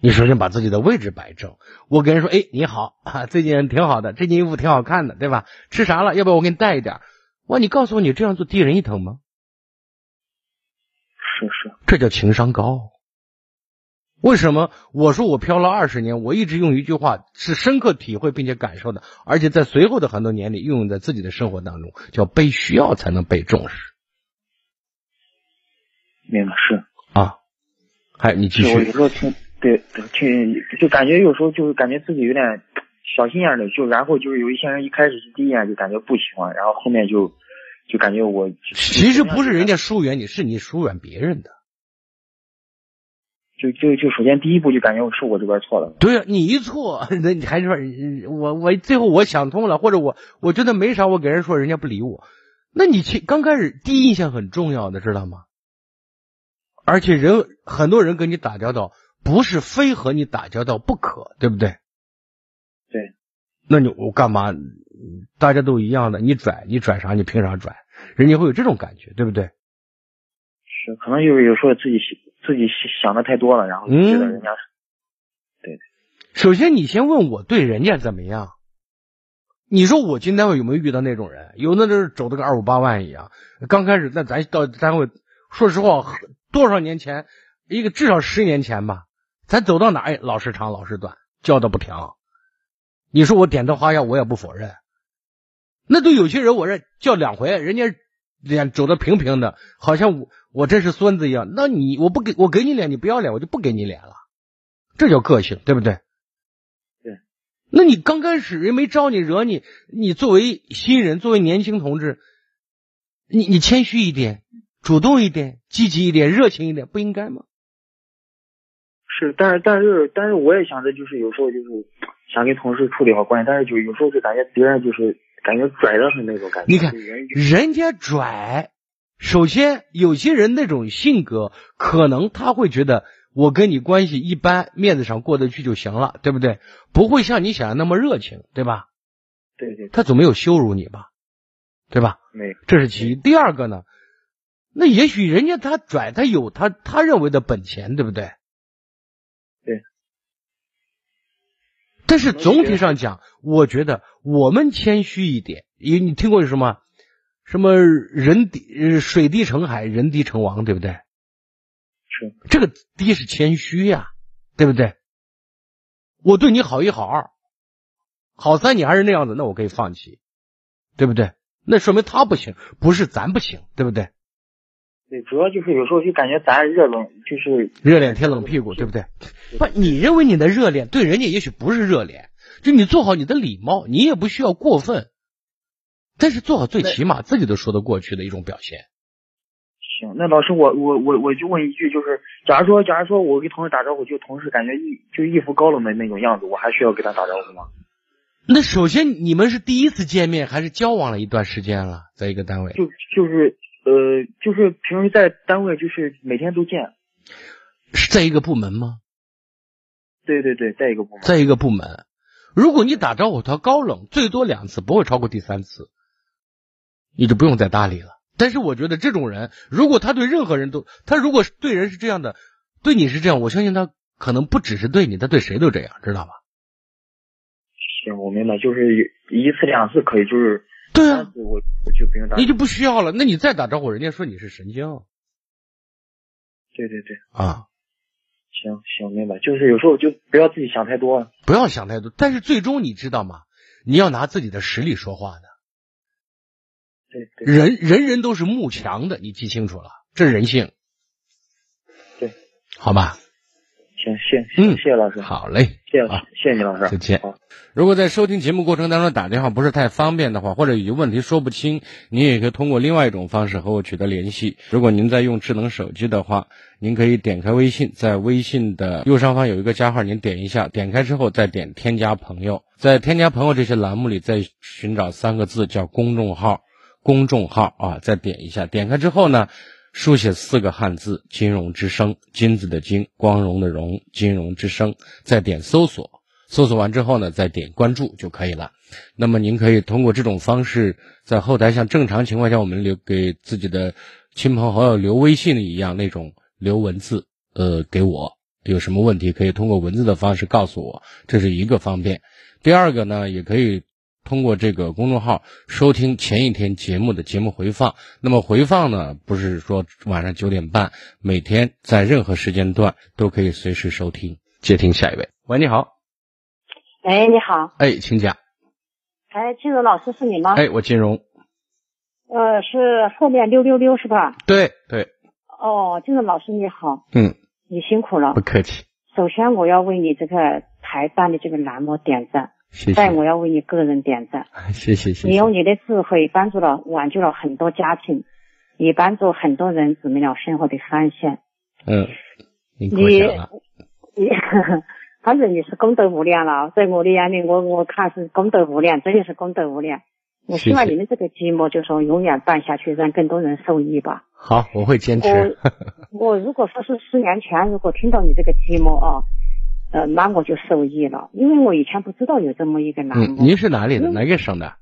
你首先把自己的位置摆正。我跟人说，哎，你好 [LAUGHS] 啊，最近挺好的，这件衣服挺好看的，对吧？吃啥了？要不要我给你带一点儿？哇，你告诉我，你这样做低人一等吗？是是，这叫情商高。为什么我说我漂了二十年，我一直用一句话是深刻体会并且感受的，而且在随后的很多年里运用在自己的生活当中，叫被需要才能被重视明白是。啊！还有你继是我有续时候听，对，对听就感觉有时候就是感觉自己有点小心眼儿的，就然后就是有一些人一开始第一眼就感觉不喜欢，然后后面就就感觉我其实不是人家疏远你，是你疏远别人的。就就就首先第一步就感觉我是我这边错了，对啊，你一错， [LAUGHS] 那你还说嗯我我最后我想通了，或者我我觉得没啥，我给人说人家不理我，那你去刚开始第一印象很重要的，知道吗？而且人很多人跟你打交道，不是非和你打交道不可，对不对？对。那你我干嘛？大家都一样的，你拽你拽啥？你凭啥拽？人家会有这种感觉，对不对？是可能就是有时候自己自己想的太多了，然后就觉得人家、首先，你先问我对人家怎么样。你说我进单位有没有遇到那种人？有的就是走的跟二五八万一样。刚开始，那咱到单位，说实话，很多少年前，一个至少十年前吧，咱走到哪儿，哎，老是长，老是短，叫的不停。你说我点头哈腰，我也不否认。那对有些人，我这叫两回，人家脸走的平平的，好像我我真是孙子一样。那你我不给我给你脸，你不要脸，我就不给你脸了，这叫个性，对不对？那你刚开始人没招你惹你，你作为新人，作为年轻同志，你你谦虚一点，主动一点，积极一点，热情一点，不应该吗？是，嗯但是但是但是我也想着就是有时候就是想跟同事处理好关系，但是就有时候就感觉别人就是感觉拽的很那种感觉，你看就人就人家拽，首先有些人那种性格，可能他会觉得我跟你关系一般，面子上过得去就行了，对不对？不会像你想的那么热情，对吧？对对他总没有羞辱你吧，对吧？没这是其一。第二个呢，那也许人家他拽，他有他他认为的本钱，对不对？对。但是总体上讲，我觉得我们谦虚一点。你你听过一句什么？什么人敌水滴成海，人敌成王，对不对？是这个低是谦虚呀、对不对？我对你好一好二，好三你还是那样子，那我可以放弃，对不对？那说明他不行，不是咱不行，对不对？对，主要就是有时候就感觉咱热冷，就是热脸贴冷屁股，对不对？不，你认为你的热脸对人家也许不是热脸，就你做好你的礼貌，你也不需要过分，但是做好最起码自己都说得过去的一种表现。行，那老师，我我我我就问一句，就是假如说，假如说我跟同事打招呼，就同事感觉一就一副高冷的那种样子，我还需要跟他打招呼吗？那首先你们是第一次见面，还是交往了一段时间了，在一个单位？就就是呃，就是平时在单位就是每天都见，是在一个部门吗？对对对，在一个部门，在一个部门，如果你打招呼他高冷，最多两次，不会超过第三次，你就不用再搭理了。但是我觉得这种人，如果他对任何人都，他如果是对人是这样的，对你是这样，我相信他可能不只是对你，他对谁都这样，知道吧？行，我明白，就是一次两次可以，就是对三啊，次我我就不用打。你就不需要了。那你再打招呼，人家说你是神经对对对，啊！行行，明白，就是有时候就不要自己想太多。啊不要想太多。但是最终你知道吗？你要拿自己的实力说话的。对对人人人都是慕强的，你记清楚了，这是人性。对，好吧，行，谢嗯谢谢老师，，好嘞，谢谢啊谢谢你老师，再见好。如果在收听节目过程当中打电话不是太方便的话，或者有问题说不清，您也可以通过另外一种方式和我取得联系。如果您在用智能手机的话，您可以点开微信，在微信的右上方有一个加号，您点一下，点开之后再点添加朋友，在添加朋友这些栏目里再寻找三个字叫公众号。公众号啊，再点一下，点开之后呢，书写四个汉字“金融之声”，金子的金，光荣的荣，金融之声，再点搜索，搜索完之后呢，再点关注就可以了。那么您可以通过这种方式，在后台像正常情况下我们留给自己的亲朋好友留微信一样那种留文字，呃，给我有什么问题可以通过文字的方式告诉我，这是一个方便。第二个呢，也可以通过这个公众号收听前一天节目的节目回放。那么回放呢，不是说晚上九点半，每天在任何时间段都可以随时收听。接听下一位，喂，你好，哎，你好，哎，请讲，哎，金荣老师是你吗？哎，我金荣，呃，是后面六六六是吧？对对，哦，金荣老师你好，嗯，你辛苦了不。客气，首先我要为你这个台办的这个栏目点赞，谢谢再，我要为你个人点赞。谢谢，谢你谢，用你的智慧帮助了挽救了很多家庭，也帮助很多人指明了生活的方向。嗯，您过奖了，你 [LAUGHS] 反正你是功德无量了，在我的眼里，我我看是功德无量，真的是功德无量。我希望谢谢你们这个节目就说永远办下去，让更多人受益吧。好，我会坚持，我我如果说是十年前，如果听到你这个节目啊，呃，那我就受益了，因为我以前不知道有这么一个栏嗯，目。您是哪里的？哪个省的？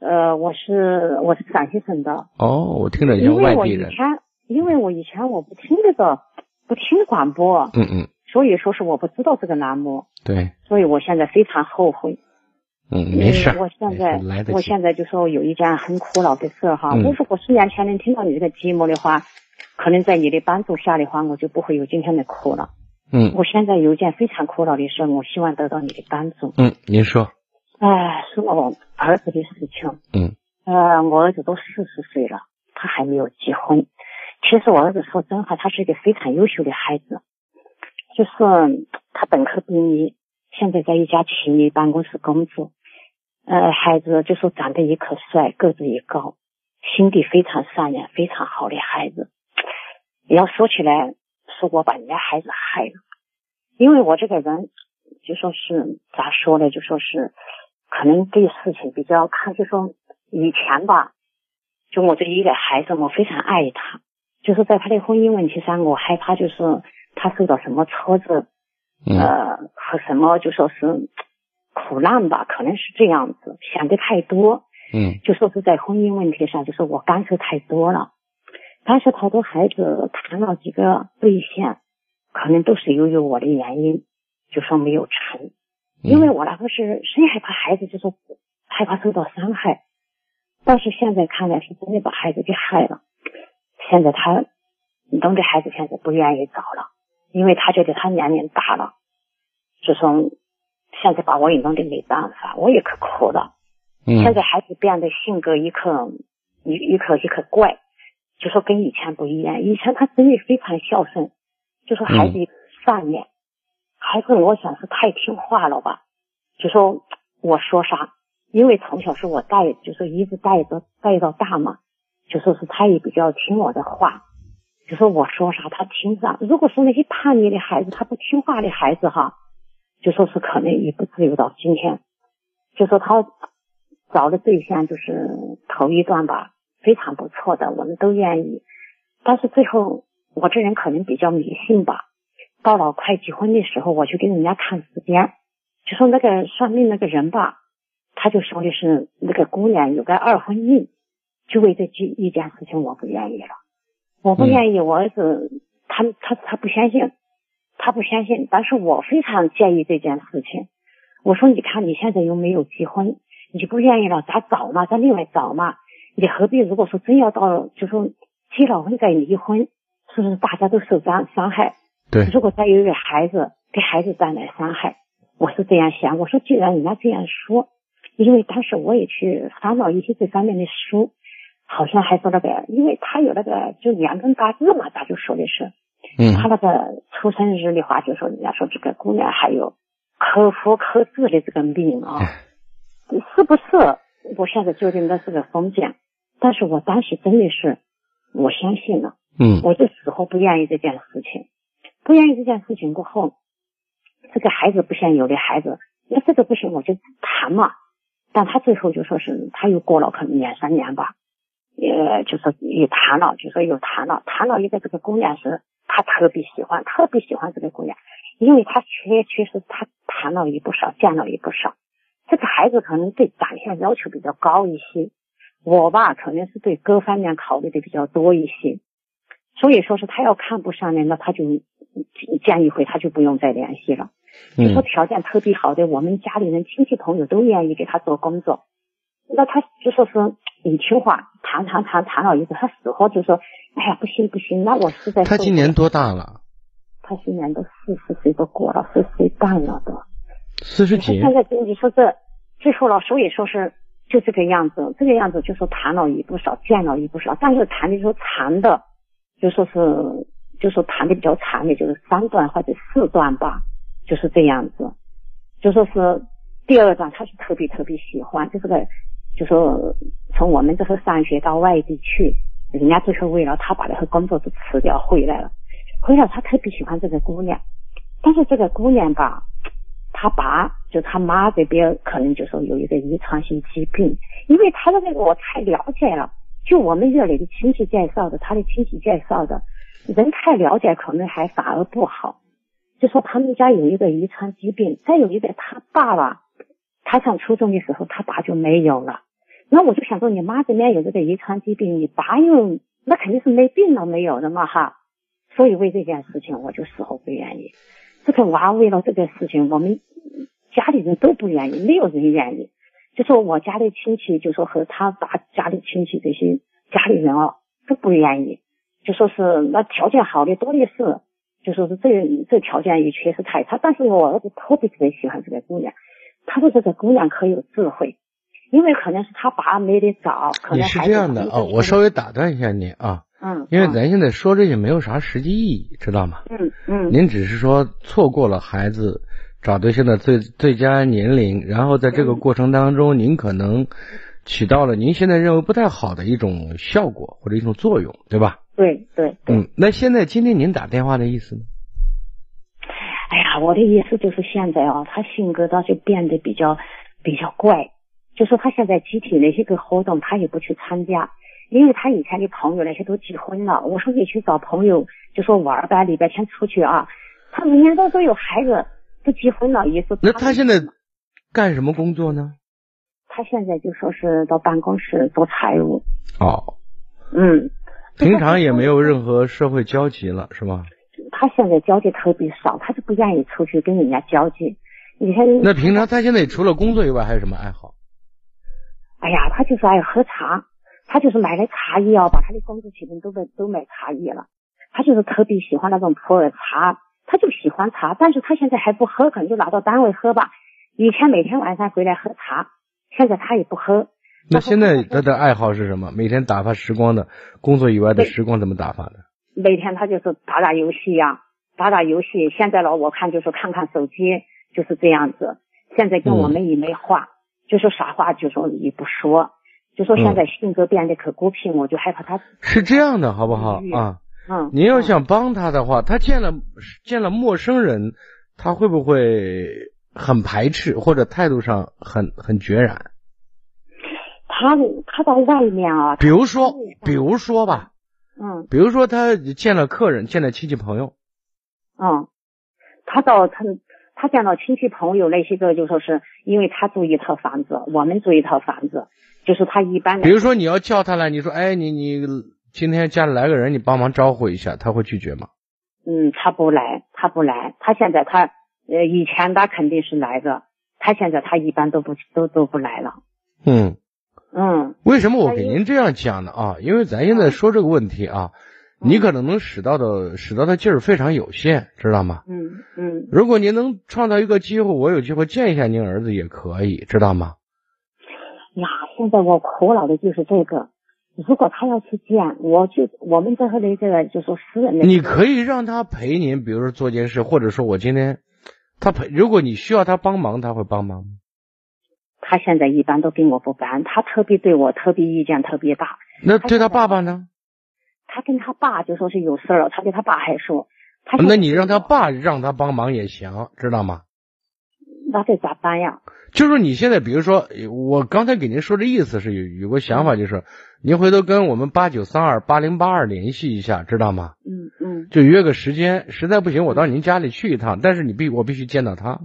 呃，我是我是陕西省的，哦，我听着因像为外我地以人，前因为我以前我不听这个不听广播，嗯嗯，所以说是我不知道这个栏目，对，所以我现在非常后悔。嗯，没事儿嗯，我现没在事来得我及，现在就说有一件很苦恼的事儿哈，嗯我如果十年前能听到你这个节目的话，可能在你的帮助下的话，我就不会有今天的苦了。嗯我现在有一件非常苦恼的事，我希望得到你的帮助。嗯，您说，哎，是我儿子的事情。嗯。呃，我儿子都四十岁了，他还没有结婚。其实我儿子说真话，他是一个非常优秀的孩子，就是嗯他本科毕业，现在在一家企业办公室工作。呃，孩子就说长得也可帅，个子也高，心地非常善良，非常好的孩子。要说起来，是我把人家孩子害了，因为我这个人就说是咋说呢？就说是可能对事情比较看，就说以前吧，就我这一个孩子，我非常爱他，就是在他的婚姻问题上，我害怕就是他受到什么挫折，嗯呃，和什么就说是苦难吧，可能是这样子，想的太多，嗯就说是在婚姻问题上，就说我干涉太多了，干涉太多，孩子谈了几个对象，可能都是由于我的原因，就说没有成。因为我那个是谁害怕孩子，就说害怕受到伤害。但是现在看来是真的把孩子给害了。现在他弄得孩子现在不愿意找了，因为他觉得他年龄大了，就说现在把我也弄得没办法，我也可苦了。嗯现在孩子变得性格一可一一可一可怪，就说跟以前不一样。以前他真的非常孝顺，就说孩子善面，孩子我想是太听话了吧，就说我说啥，因为从小是我带，就说一直带着带到大嘛，就说是他也比较听我的话，就说我说啥他听啥。如果是那些叛逆的孩子，他不听话的孩子哈，就说是可能也不至于到今天，就说他找的对象就是头一段吧，非常不错的，我们都愿意。但是最后我这人可能比较迷信吧，到了快结婚的时候，我去给人家看时间，就说那个算命那个人吧，他就说的是那个姑娘有个二婚运，就为这句一件事情我不愿意了，我不愿意，我儿子他他他不相信，他不相信，但是我非常介意这件事情。我说你看你现在又没有结婚，你不愿意了，咱找嘛，咱另外找嘛。你何必如果说真要到，就说结了婚再离婚，是不是大家都受伤伤害？对如果再有一个孩子，给孩子带来伤害，我是这样想。我说既然人家这样说，因为当时我也去翻了一些这方面的书，好像还说那个，因为他有那个就两根八字嘛，他就说的是，嗯他那个出生日的话，就说人家说这个姑娘还有克夫克制的这个命啊，嗯是不是？我现在究竟那是个封建，但是我当时真的是我相信了，嗯我就死活不愿意这件事情，不愿意这件事情过后，这个孩子不像有的孩子，那这个不行我就谈嘛，但他最后就说是他又过了可能两三年吧，也就说也谈了，就说又谈了，谈了一个这个姑娘时，他特别喜欢，特别喜欢这个姑娘，因为他确确实他谈了也不少，见了也不少。这个孩子可能对长相要求比较高一些，我吧可能是对各方面考虑的比较多一些，所以说是他要看不上的，那他就见一回他就不用再联系了。就说嗯条件特别好的，我们家里人、亲戚朋友都愿意给他做工作。那他就说是你听话，谈谈谈谈了以后，他死活就说，哎呀不行不行，那我实在他受今不年了多大了？他今年都四十岁都过了，四十岁半了都。四十几。现在跟你说这最后了，所以说是就这个样子，这个样子就说谈了也不少，见了也不少，但是谈的时候长的，就说是就说谈的比较长的，就是三段或者四段吧，就是这样子，就说是第二段他是特别特别喜欢，就这个就说从我们这头上学到外地去，人家最后为了他把那个工作都辞掉回来了，回来他特别喜欢这个姑娘，但是这个姑娘吧。他爸就他妈这边可能就说有一个遗传性疾病，因为他的那个我太了解了，就我们这里的亲戚介绍的，他的亲戚介绍的，人太了解可能还反而不好。就说他们家有一个遗传疾病，再有一个他爸爸，他上初中的时候他爸就没有了。那我就想说，你妈这边有这个遗传疾病，你爸又那肯定是没病了没有的嘛哈。所以为这件事情，我就死活不愿意。这个娃为了这个事情，我们家里人都不愿意，没有人愿意。就说我家里亲戚，就说和他爸家里亲戚这些家里人啊都不愿意，就说是那条件好的多的是，就说是这这条件也确实太差。但是我儿子特别特别喜欢这个姑娘，他说这个姑娘可有智慧，因为可能是他爸没得找，可你能是孩这子样的长哦，我稍微打断一下你啊，嗯，因为嗯咱现在说这些没有啥实际意义，知道吗？嗯嗯您只是说错过了孩子找对象的最最佳年龄，然后在这个过程当中，您可能起到了您现在认为不太好的一种效果或者一种作用，对吧？对对对。嗯，那现在今天您打电话的意思呢？哎呀，我的意思就是现在啊，他性格倒是变得比较比较怪，就说他现在集体那些个活动他也不去参加，因为他以前的朋友那些都结婚了。我说你去找朋友，就说玩儿呗，礼拜天出去啊。他人家都都有孩子，都结婚了，也是那他现在干什么工作呢？他现在就说是到办公室做财务，哦，嗯，平常也没有任何社会交集了，是吧？他现在交际特别少，他就不愿意出去跟人家交际。你看，那平常他现在除了工作以外还有什么爱好？哎呀，他就是爱喝茶，他就是买了茶叶哦，把他的工作起品都买都买茶叶了。他就是特别喜欢那种普洱茶，他就喜欢茶，但是他现在还不喝，可能就拿到单位喝吧。以前每天晚上回来喝茶，现在他也不喝。那现在他的爱好是什么？每天打发时光的，工作以外的时光怎么打发的？每天他就是打打游戏呀、打打游戏。现在呢，我看就是看看手机，就是这样子。现在跟我们也没话，就说啥话就说也不说，就说现在性格变得可孤僻，我就害怕他。是这样的，好不好嗯啊？嗯，您要想帮他的话，他见了见了陌生人，他会不会很排斥，或者态度上很很决然？他他到外面啊，比如说，比如说吧，嗯比如说他见了客人，见了亲戚朋友，嗯，他到他他见到亲戚朋友那些个就说是因为他住一套房子，我们住一套房子，就是他一般来比如说你要叫他来，你说哎你你今天家里来个人，你帮忙招呼一下，他会拒绝吗？嗯，他不来，他不来，他现在他呃以前他肯定是来的，他现在他一般都不都都不来了，嗯，嗯为什么我给您这样讲呢？啊？因为咱现在说这个问题嗯啊，你可能能使到的使到的劲儿非常有限，知道吗？嗯嗯，如果您能创造一个机会，我有机会见一下您儿子也可以，知道吗？呀，现在我苦恼的就是这个，如果他要去见，我就我们这和那个就说私人的，你可以让他陪您，比如说做件事，或者说我今天他陪，如果你需要他帮忙，他会帮忙吗。他现在一般都跟我不般，他特别对我特别意见特别大，那对他爸爸呢？他跟他爸就说是有事儿了，他跟他爸还说，他现在哦那你让他爸让他帮忙也行，知道吗？那得咋办呀？就是你现在，比如说，呃我刚才给您说的意思是有有个想法，就是您回头跟我们八九三二八零八二联系一下，知道吗？嗯嗯就约个时间，实在不行我到您家里去一趟，但是你必我必须见到他。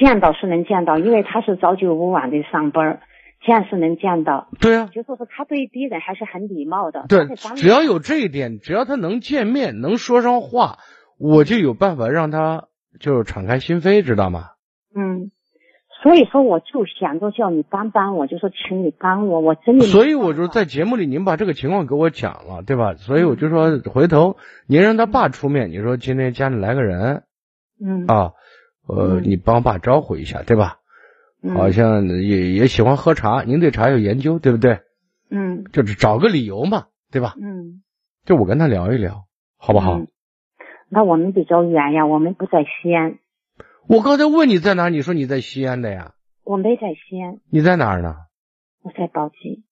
见到是能见到，因为他是早九午晚的上班儿，见是能见到。对啊，就说是他对敌人还是很礼貌的。对他在当，面只要有这一点，只要他能见面，能说上话，我就有办法让他就是敞开心扉，知道吗？嗯，所以说我就想着叫你帮帮我，就说请你帮我，我真的所以我就在节目里，您把这个情况给我讲了，对吧？所以嗯我就说，回头您让他爸出面，你说今天家里来个人嗯啊，呃，嗯你帮爸招呼一下，对吧？嗯好像也也喜欢喝茶，您对茶有研究，对不对？嗯就是找个理由嘛，对吧？嗯，就我跟他聊一聊，好不好？嗯那我们比较远呀，我们不在西安，我刚才问你在哪，你说你在西安的呀？我没在西安，你在哪儿呢？我在宝鸡。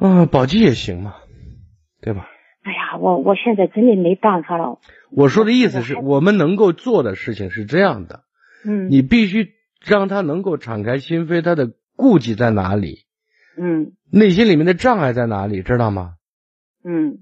啊，宝鸡也行嘛，对吧？哎呀，我我现在真的没办法了。我说的意思是我们能够做的事情是这样的，嗯你必须让他能够敞开心扉，他的顾忌在哪里，嗯内心里面的障碍在哪里，知道吗？嗯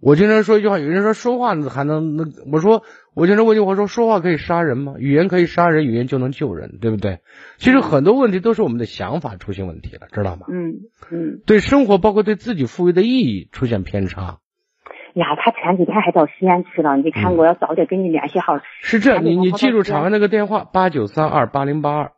我经常说一句话，有人说说话还能能，我说我经常问句话说说话可以杀人吗？语言可以杀人，语言就能救人，对不对？其实很多问题都是我们的想法出现问题了，知道吗？嗯嗯，对生活，包括对自己赋予的意义出现偏差，呀，他前几天还到西安去了，你嗯看我要早点跟你联系好，是这样。赶紧你你往后头记住说场外那个电话八九三二八零八二。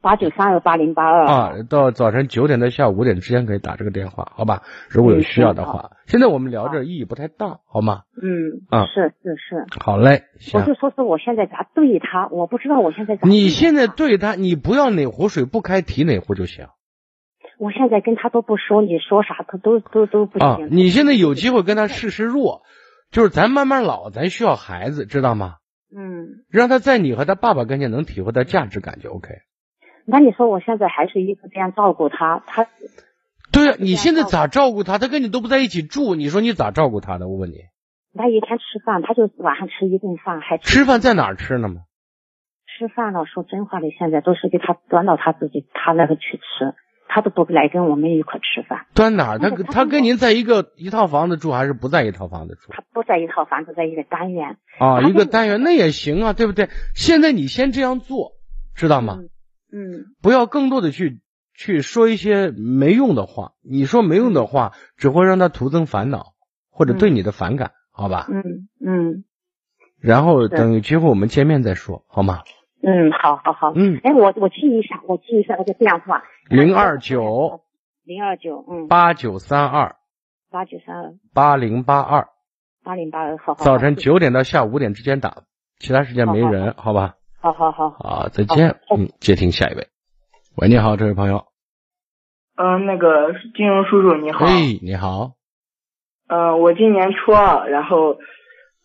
八九三二八零八二。啊，到早晨九点到下午五点之间可以打这个电话，好吧？如果有需要的啊话，现在我们聊这意义不太大，好吗？嗯，啊是是是，好嘞，我行嗯就。说是我现在咋对他，我不知道我现在咋对他。你现在对他，你不要哪壶水不开提哪壶就行我现在跟他都不说，你说啥他都都都不啊行。。你现在有机会跟他试试弱，就是咱慢慢老，咱需要孩子，知道吗？嗯，让他在你和他爸爸跟前能体会到价值感就 OK。那你说我现在还是一直这样照顾他，他对啊，你现在咋照顾他？他跟你都不在一起住，你说你咋照顾他的？我问你，他一天吃饭，他就晚上吃一顿饭，还吃饭在哪儿吃呢嘛？吃饭了。说真话的，现在都是给他端到他自己他那个去吃，他都不来跟我们一块吃饭。端哪儿？他那个他他跟您在一个一套房子住，还是不在一套房子住？他不在一套房子，在一个单元。啊，他一个跟单元那也行啊，对不对？现在你先这样做，知道吗？嗯不要更多的去去说一些没用的话，你说没用的话，只会让他徒增烦恼或者对你的反感，好吧？嗯嗯然后等有机会我们见面再说，好吗？嗯，好好好，嗯，哎，我我记一下，我记一下那个电话，零二九零二九，嗯，八九三二八九三二八零八二，八零八二，好好，好早晨，九点到下午五点之间打，其他时间没人，好吧？好好好，好，再哦见。嗯，接听下一位。喂，你好，这位朋友。嗯，那个金融叔叔你好。哎，你好。呃，我今年初二，然后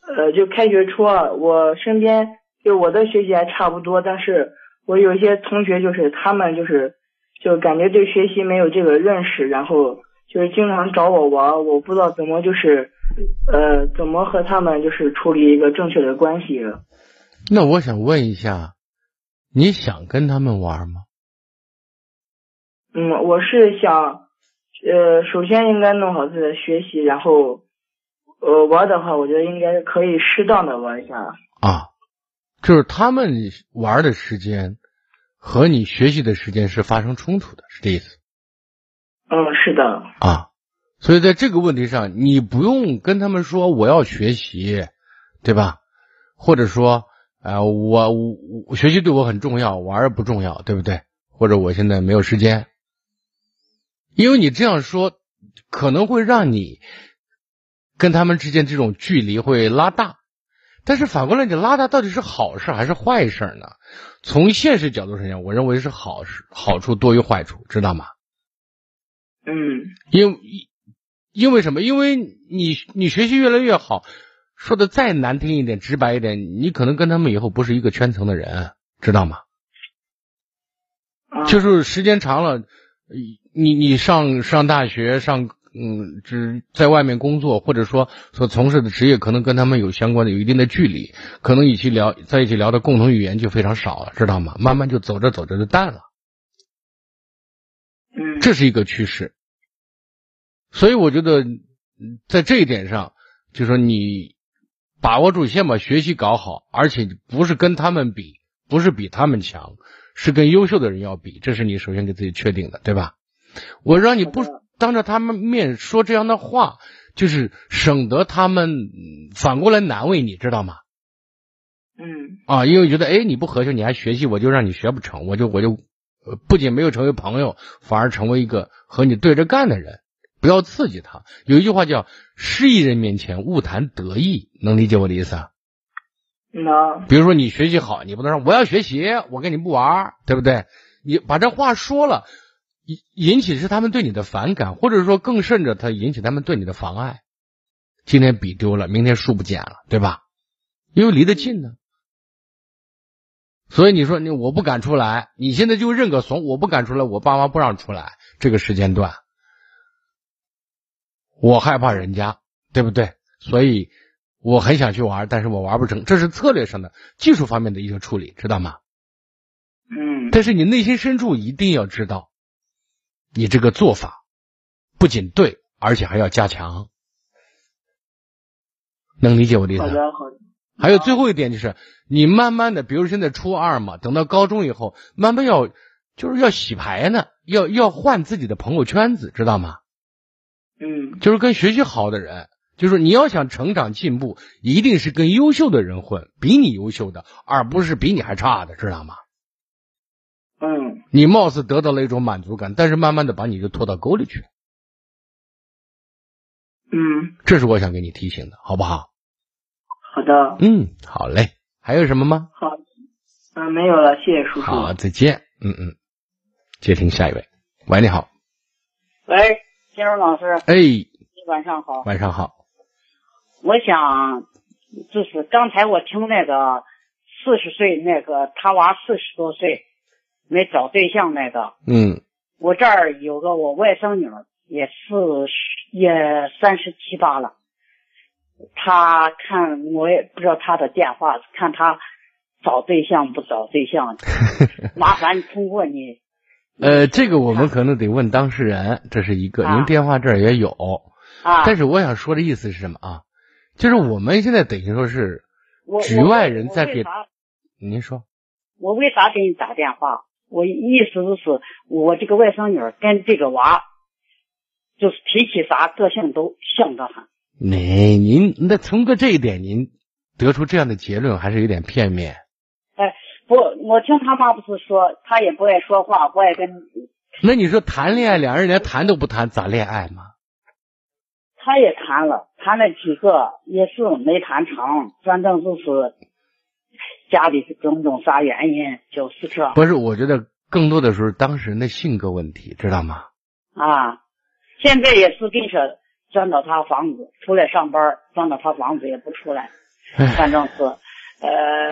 呃就开学初二，我身边就我的学习还差不多，但是我有一些同学就是他们就是就感觉对学习没有这个认识，然后就是经常找我玩儿，我不知道怎么就是呃怎么和他们就是处理一个正确的关系。那我想问一下，你想跟他们玩吗？嗯，我是想，呃，首先应该弄好自己的学习，然后，呃，玩的话，我觉得应该可以适当的玩一下。啊，就是他们玩的时间和你学习的时间是发生冲突的，是这意思嗯，是的，啊？所以在这个问题上，你不用跟他们说我要学习，对吧？或者说，呃，我我我学习对我很重要，玩儿不重要，对不对？或者我现在没有时间，因为你这样说，可能会让你跟他们之间这种距离会拉大。但是反过来，你拉大到底是好事还是坏事呢？从现实角度上讲，我认为是好事，好处多于坏处，知道吗？嗯因因因为什么？因为你你学习越来越好，说的再难听一点、直白一点，你可能跟他们以后不是一个圈层的人，知道吗？就是时间长了，呃你你上上大学上嗯，只在外面工作，或者说所从事的职业，可能跟他们有相关的有一定的距离，可能一起聊在一起聊的共同语言就非常少了，知道吗？慢慢就走着走着就淡了。嗯，这是一个趋势。所以我觉得嗯在这一点上，就说你把握住，先把学习搞好，而且不是跟他们比，不是比他们强，是跟优秀的人要比，这是你首先给自己确定的，对吧？我让你不当着他们面说这样的话，就是省得他们嗯反过来难为你，知道吗？嗯啊，因为觉得哎你不合群，你还学习，我就让你学不成，我就我就呃不仅没有成为朋友，反而成为一个和你对着干的人。不要刺激他。有一句话叫“失意人面前勿谈得意”，能理解我的意思啊？能比如说你学习好，你不能说我要学习，我跟你不玩儿，对不对？你把这话说了，引引起是他们对你的反感，或者说更甚者，他引起他们对你的妨碍。今天笔丢了，明天书不见了，对吧？因为离得近呢。所以你说你我不敢出来，你现在就认个怂，我不敢出来，我爸妈不让出来，这个时间段，我害怕人家，对不对？所以我很想去玩，但是我玩不成，这是策略上的、技术方面的一个处理，知道吗？嗯但是你内心深处一定要知道，你这个做法不仅对，而且还要加强。能理解我的意思？好的好的，还有最后一点就是，你慢慢的，比如现在初二嘛，等到高中以后，慢慢要就是要洗牌呢，要要换自己的朋友圈子，知道吗？嗯就是跟学习好的人，就是你要想成长进步，一定是跟优秀的人混，比你优秀的，而不是比你还差的，知道吗？嗯你貌似得到了一种满足感，但是慢慢的把你就拖到沟里去，嗯，这是我想给你提醒的，好不好？好的，嗯，好嘞，还有什么吗？好，嗯，没有了，谢谢叔叔。好，再见。嗯嗯，接听下一位。喂，你好。喂，金荣老师，哎，晚上好。晚上好。我想，就是刚才我听那个四十岁那个他娃四十多岁没找对象那个，嗯我这儿有个我外甥女儿，也四十也三十七八了，她看我也不知道她的电话，看她找对象不找对 [LAUGHS] 象，麻烦通过你。呃，这个我们可能得问当事人，这是一个。啊您电话这儿也有啊但是我想说的意思是什么啊？就是我们现在等于说是我局外人在我给为啥您说我为啥给你打电话？我意思就是我这个外甥女儿跟这个娃，就是脾气啥个性都像得很。您您那通过这一点，您得出这样的结论还是有点片面。哎，不，我听他妈不是说，他也不爱说话，不爱跟，那你说谈恋爱，两人连谈都不谈，咋恋爱嘛？他也谈了，谈了几个，也是没谈成，反正就是家里种种啥原因，就是这不是，我觉得更多的时候当事人的性格问题，知道吗？啊。现在也是跟着钻到他房子，出来上班，钻到他房子也不出来，反正是，呃，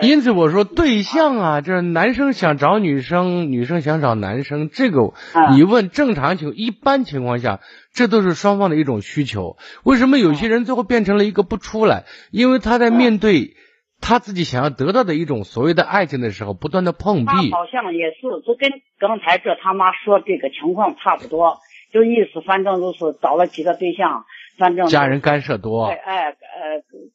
哎因此我说对象啊，就是男生想找女生，女生想找男生，这个你问正常情一般情况下，这都是双方的一种需求。为什么有些人最后变成了一个不出来？因为他在面对他自己想要得到的一种所谓的爱情的时候，不断的碰他壁。好像也是，就跟刚才这他妈说这个情况差不多，就意思反正就是找了几个对象，反正家人干涉多快，哎呃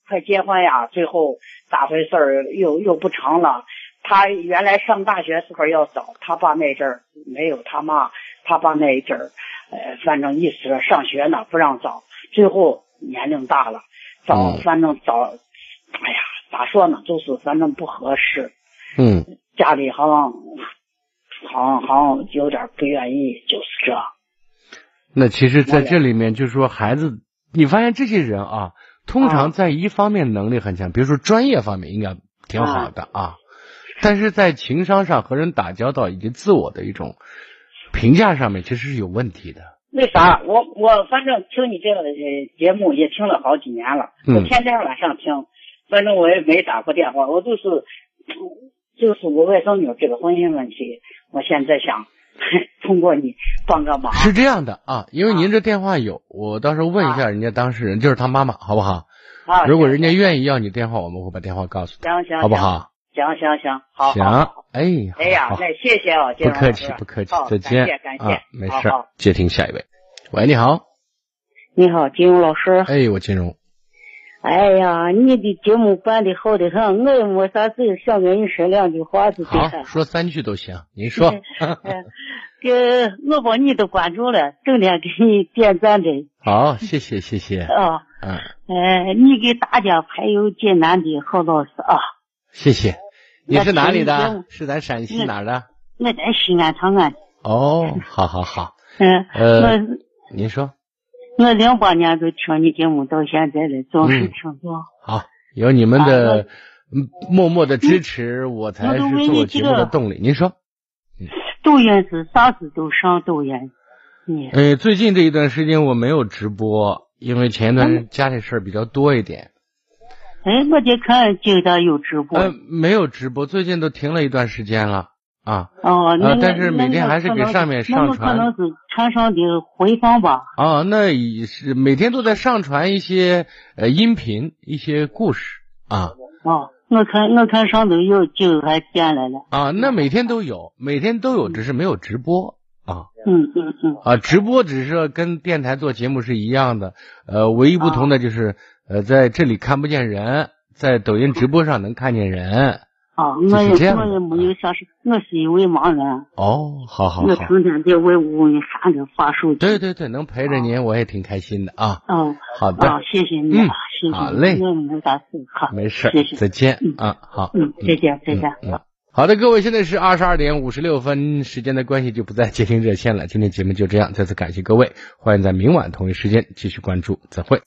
快结婚呀，最后咋回事儿又又不成了。他原来上大学时候要找他爸那阵儿没有他妈，他爸那一阵儿，呃反正意思上学呢不让找，最后年龄大了找、嗯反正找，哎呀咋说呢，就是反正不合适，嗯，家里好像好像好像有点不愿意，就是这。那其实在这里面，就是说孩子，你发现这些人啊，通常在一方面能力很强，比如说专业方面应该挺好的啊，但是在情商上和人打交道以及自我的一种评价上面，其实是有问题的。那啥，我我反正听你这个呃节目也听了好几年了，嗯我天天晚上听，反正我也没打过电话，我就是就是我外甥女这个婚姻问题，我现在想通过你帮个忙。是这样的啊，因为您这电话有，我到时候问一下人家当事人，就是他妈妈，好不好？啊，如果人家愿意要你电话，我们会把电话告诉行行，他，好不好？行？行行行，好。行好，哎，好哎呀好，那谢谢啊，金不荣客老师气，不客气好，再见感谢感谢啊，没事好 [LAUGHS] 儿，接听下一位。喂，你好，你好，金融老师。哎，我金融，哎呀，你的节目办的好的很，我也没啥事，想跟你说两句话是对好，的。说三句都行，您说，嗯呃，我把你都关注了，整天给你点赞的 [LAUGHS] 好，谢谢，谢谢，啊。嗯，呃，你给大家排忧解难的好老师啊。谢谢。你是哪里那行的？是咱陕嗯西哪儿的？我在西安长安。哦，好好好，嗯、呃，您说，我我零八年就听你节目到现在了，总是嗯听着。好，有你们的嗯默默的支持，我才是做我节目的动力。您说，抖音是啥子都上抖音，你呃，最近这一段时间我没有直播，因为前一段家里事儿比较多一点，哎，我得看经常有直播。呃，没有直播，最近都停了一段时间了啊。哦，那呃我但是每天还是给上面上传那我可能是传上的回放吧。啊，那也是每天都在上传一些呃音频、一些故事啊哦，我看我看上头有就还点来了。啊，那每天都有，每天都有，只是没有直播啊嗯嗯嗯。啊，直播只是跟电台做节目是一样的，呃，唯一不同啊的就是呃在这里看不见人，在抖音直播上能看见人。啊，我就是也这样我也没有啥事，我是一位盲人，哦，好好我好，成天在外屋里看着发手机。对对对，能陪着您我也挺开心的啊。哦，好的啊，谢谢你嗯啊，谢谢你，好嘞我没啥事，好，没事儿，再见啊，好，嗯，再见，再见。嗯好的，各位，现在是二十二点五十六分，时间的关系就不再接听热线了。今天节目就这样，再次感谢各位，欢迎在明晚同一时间继续关注，再会。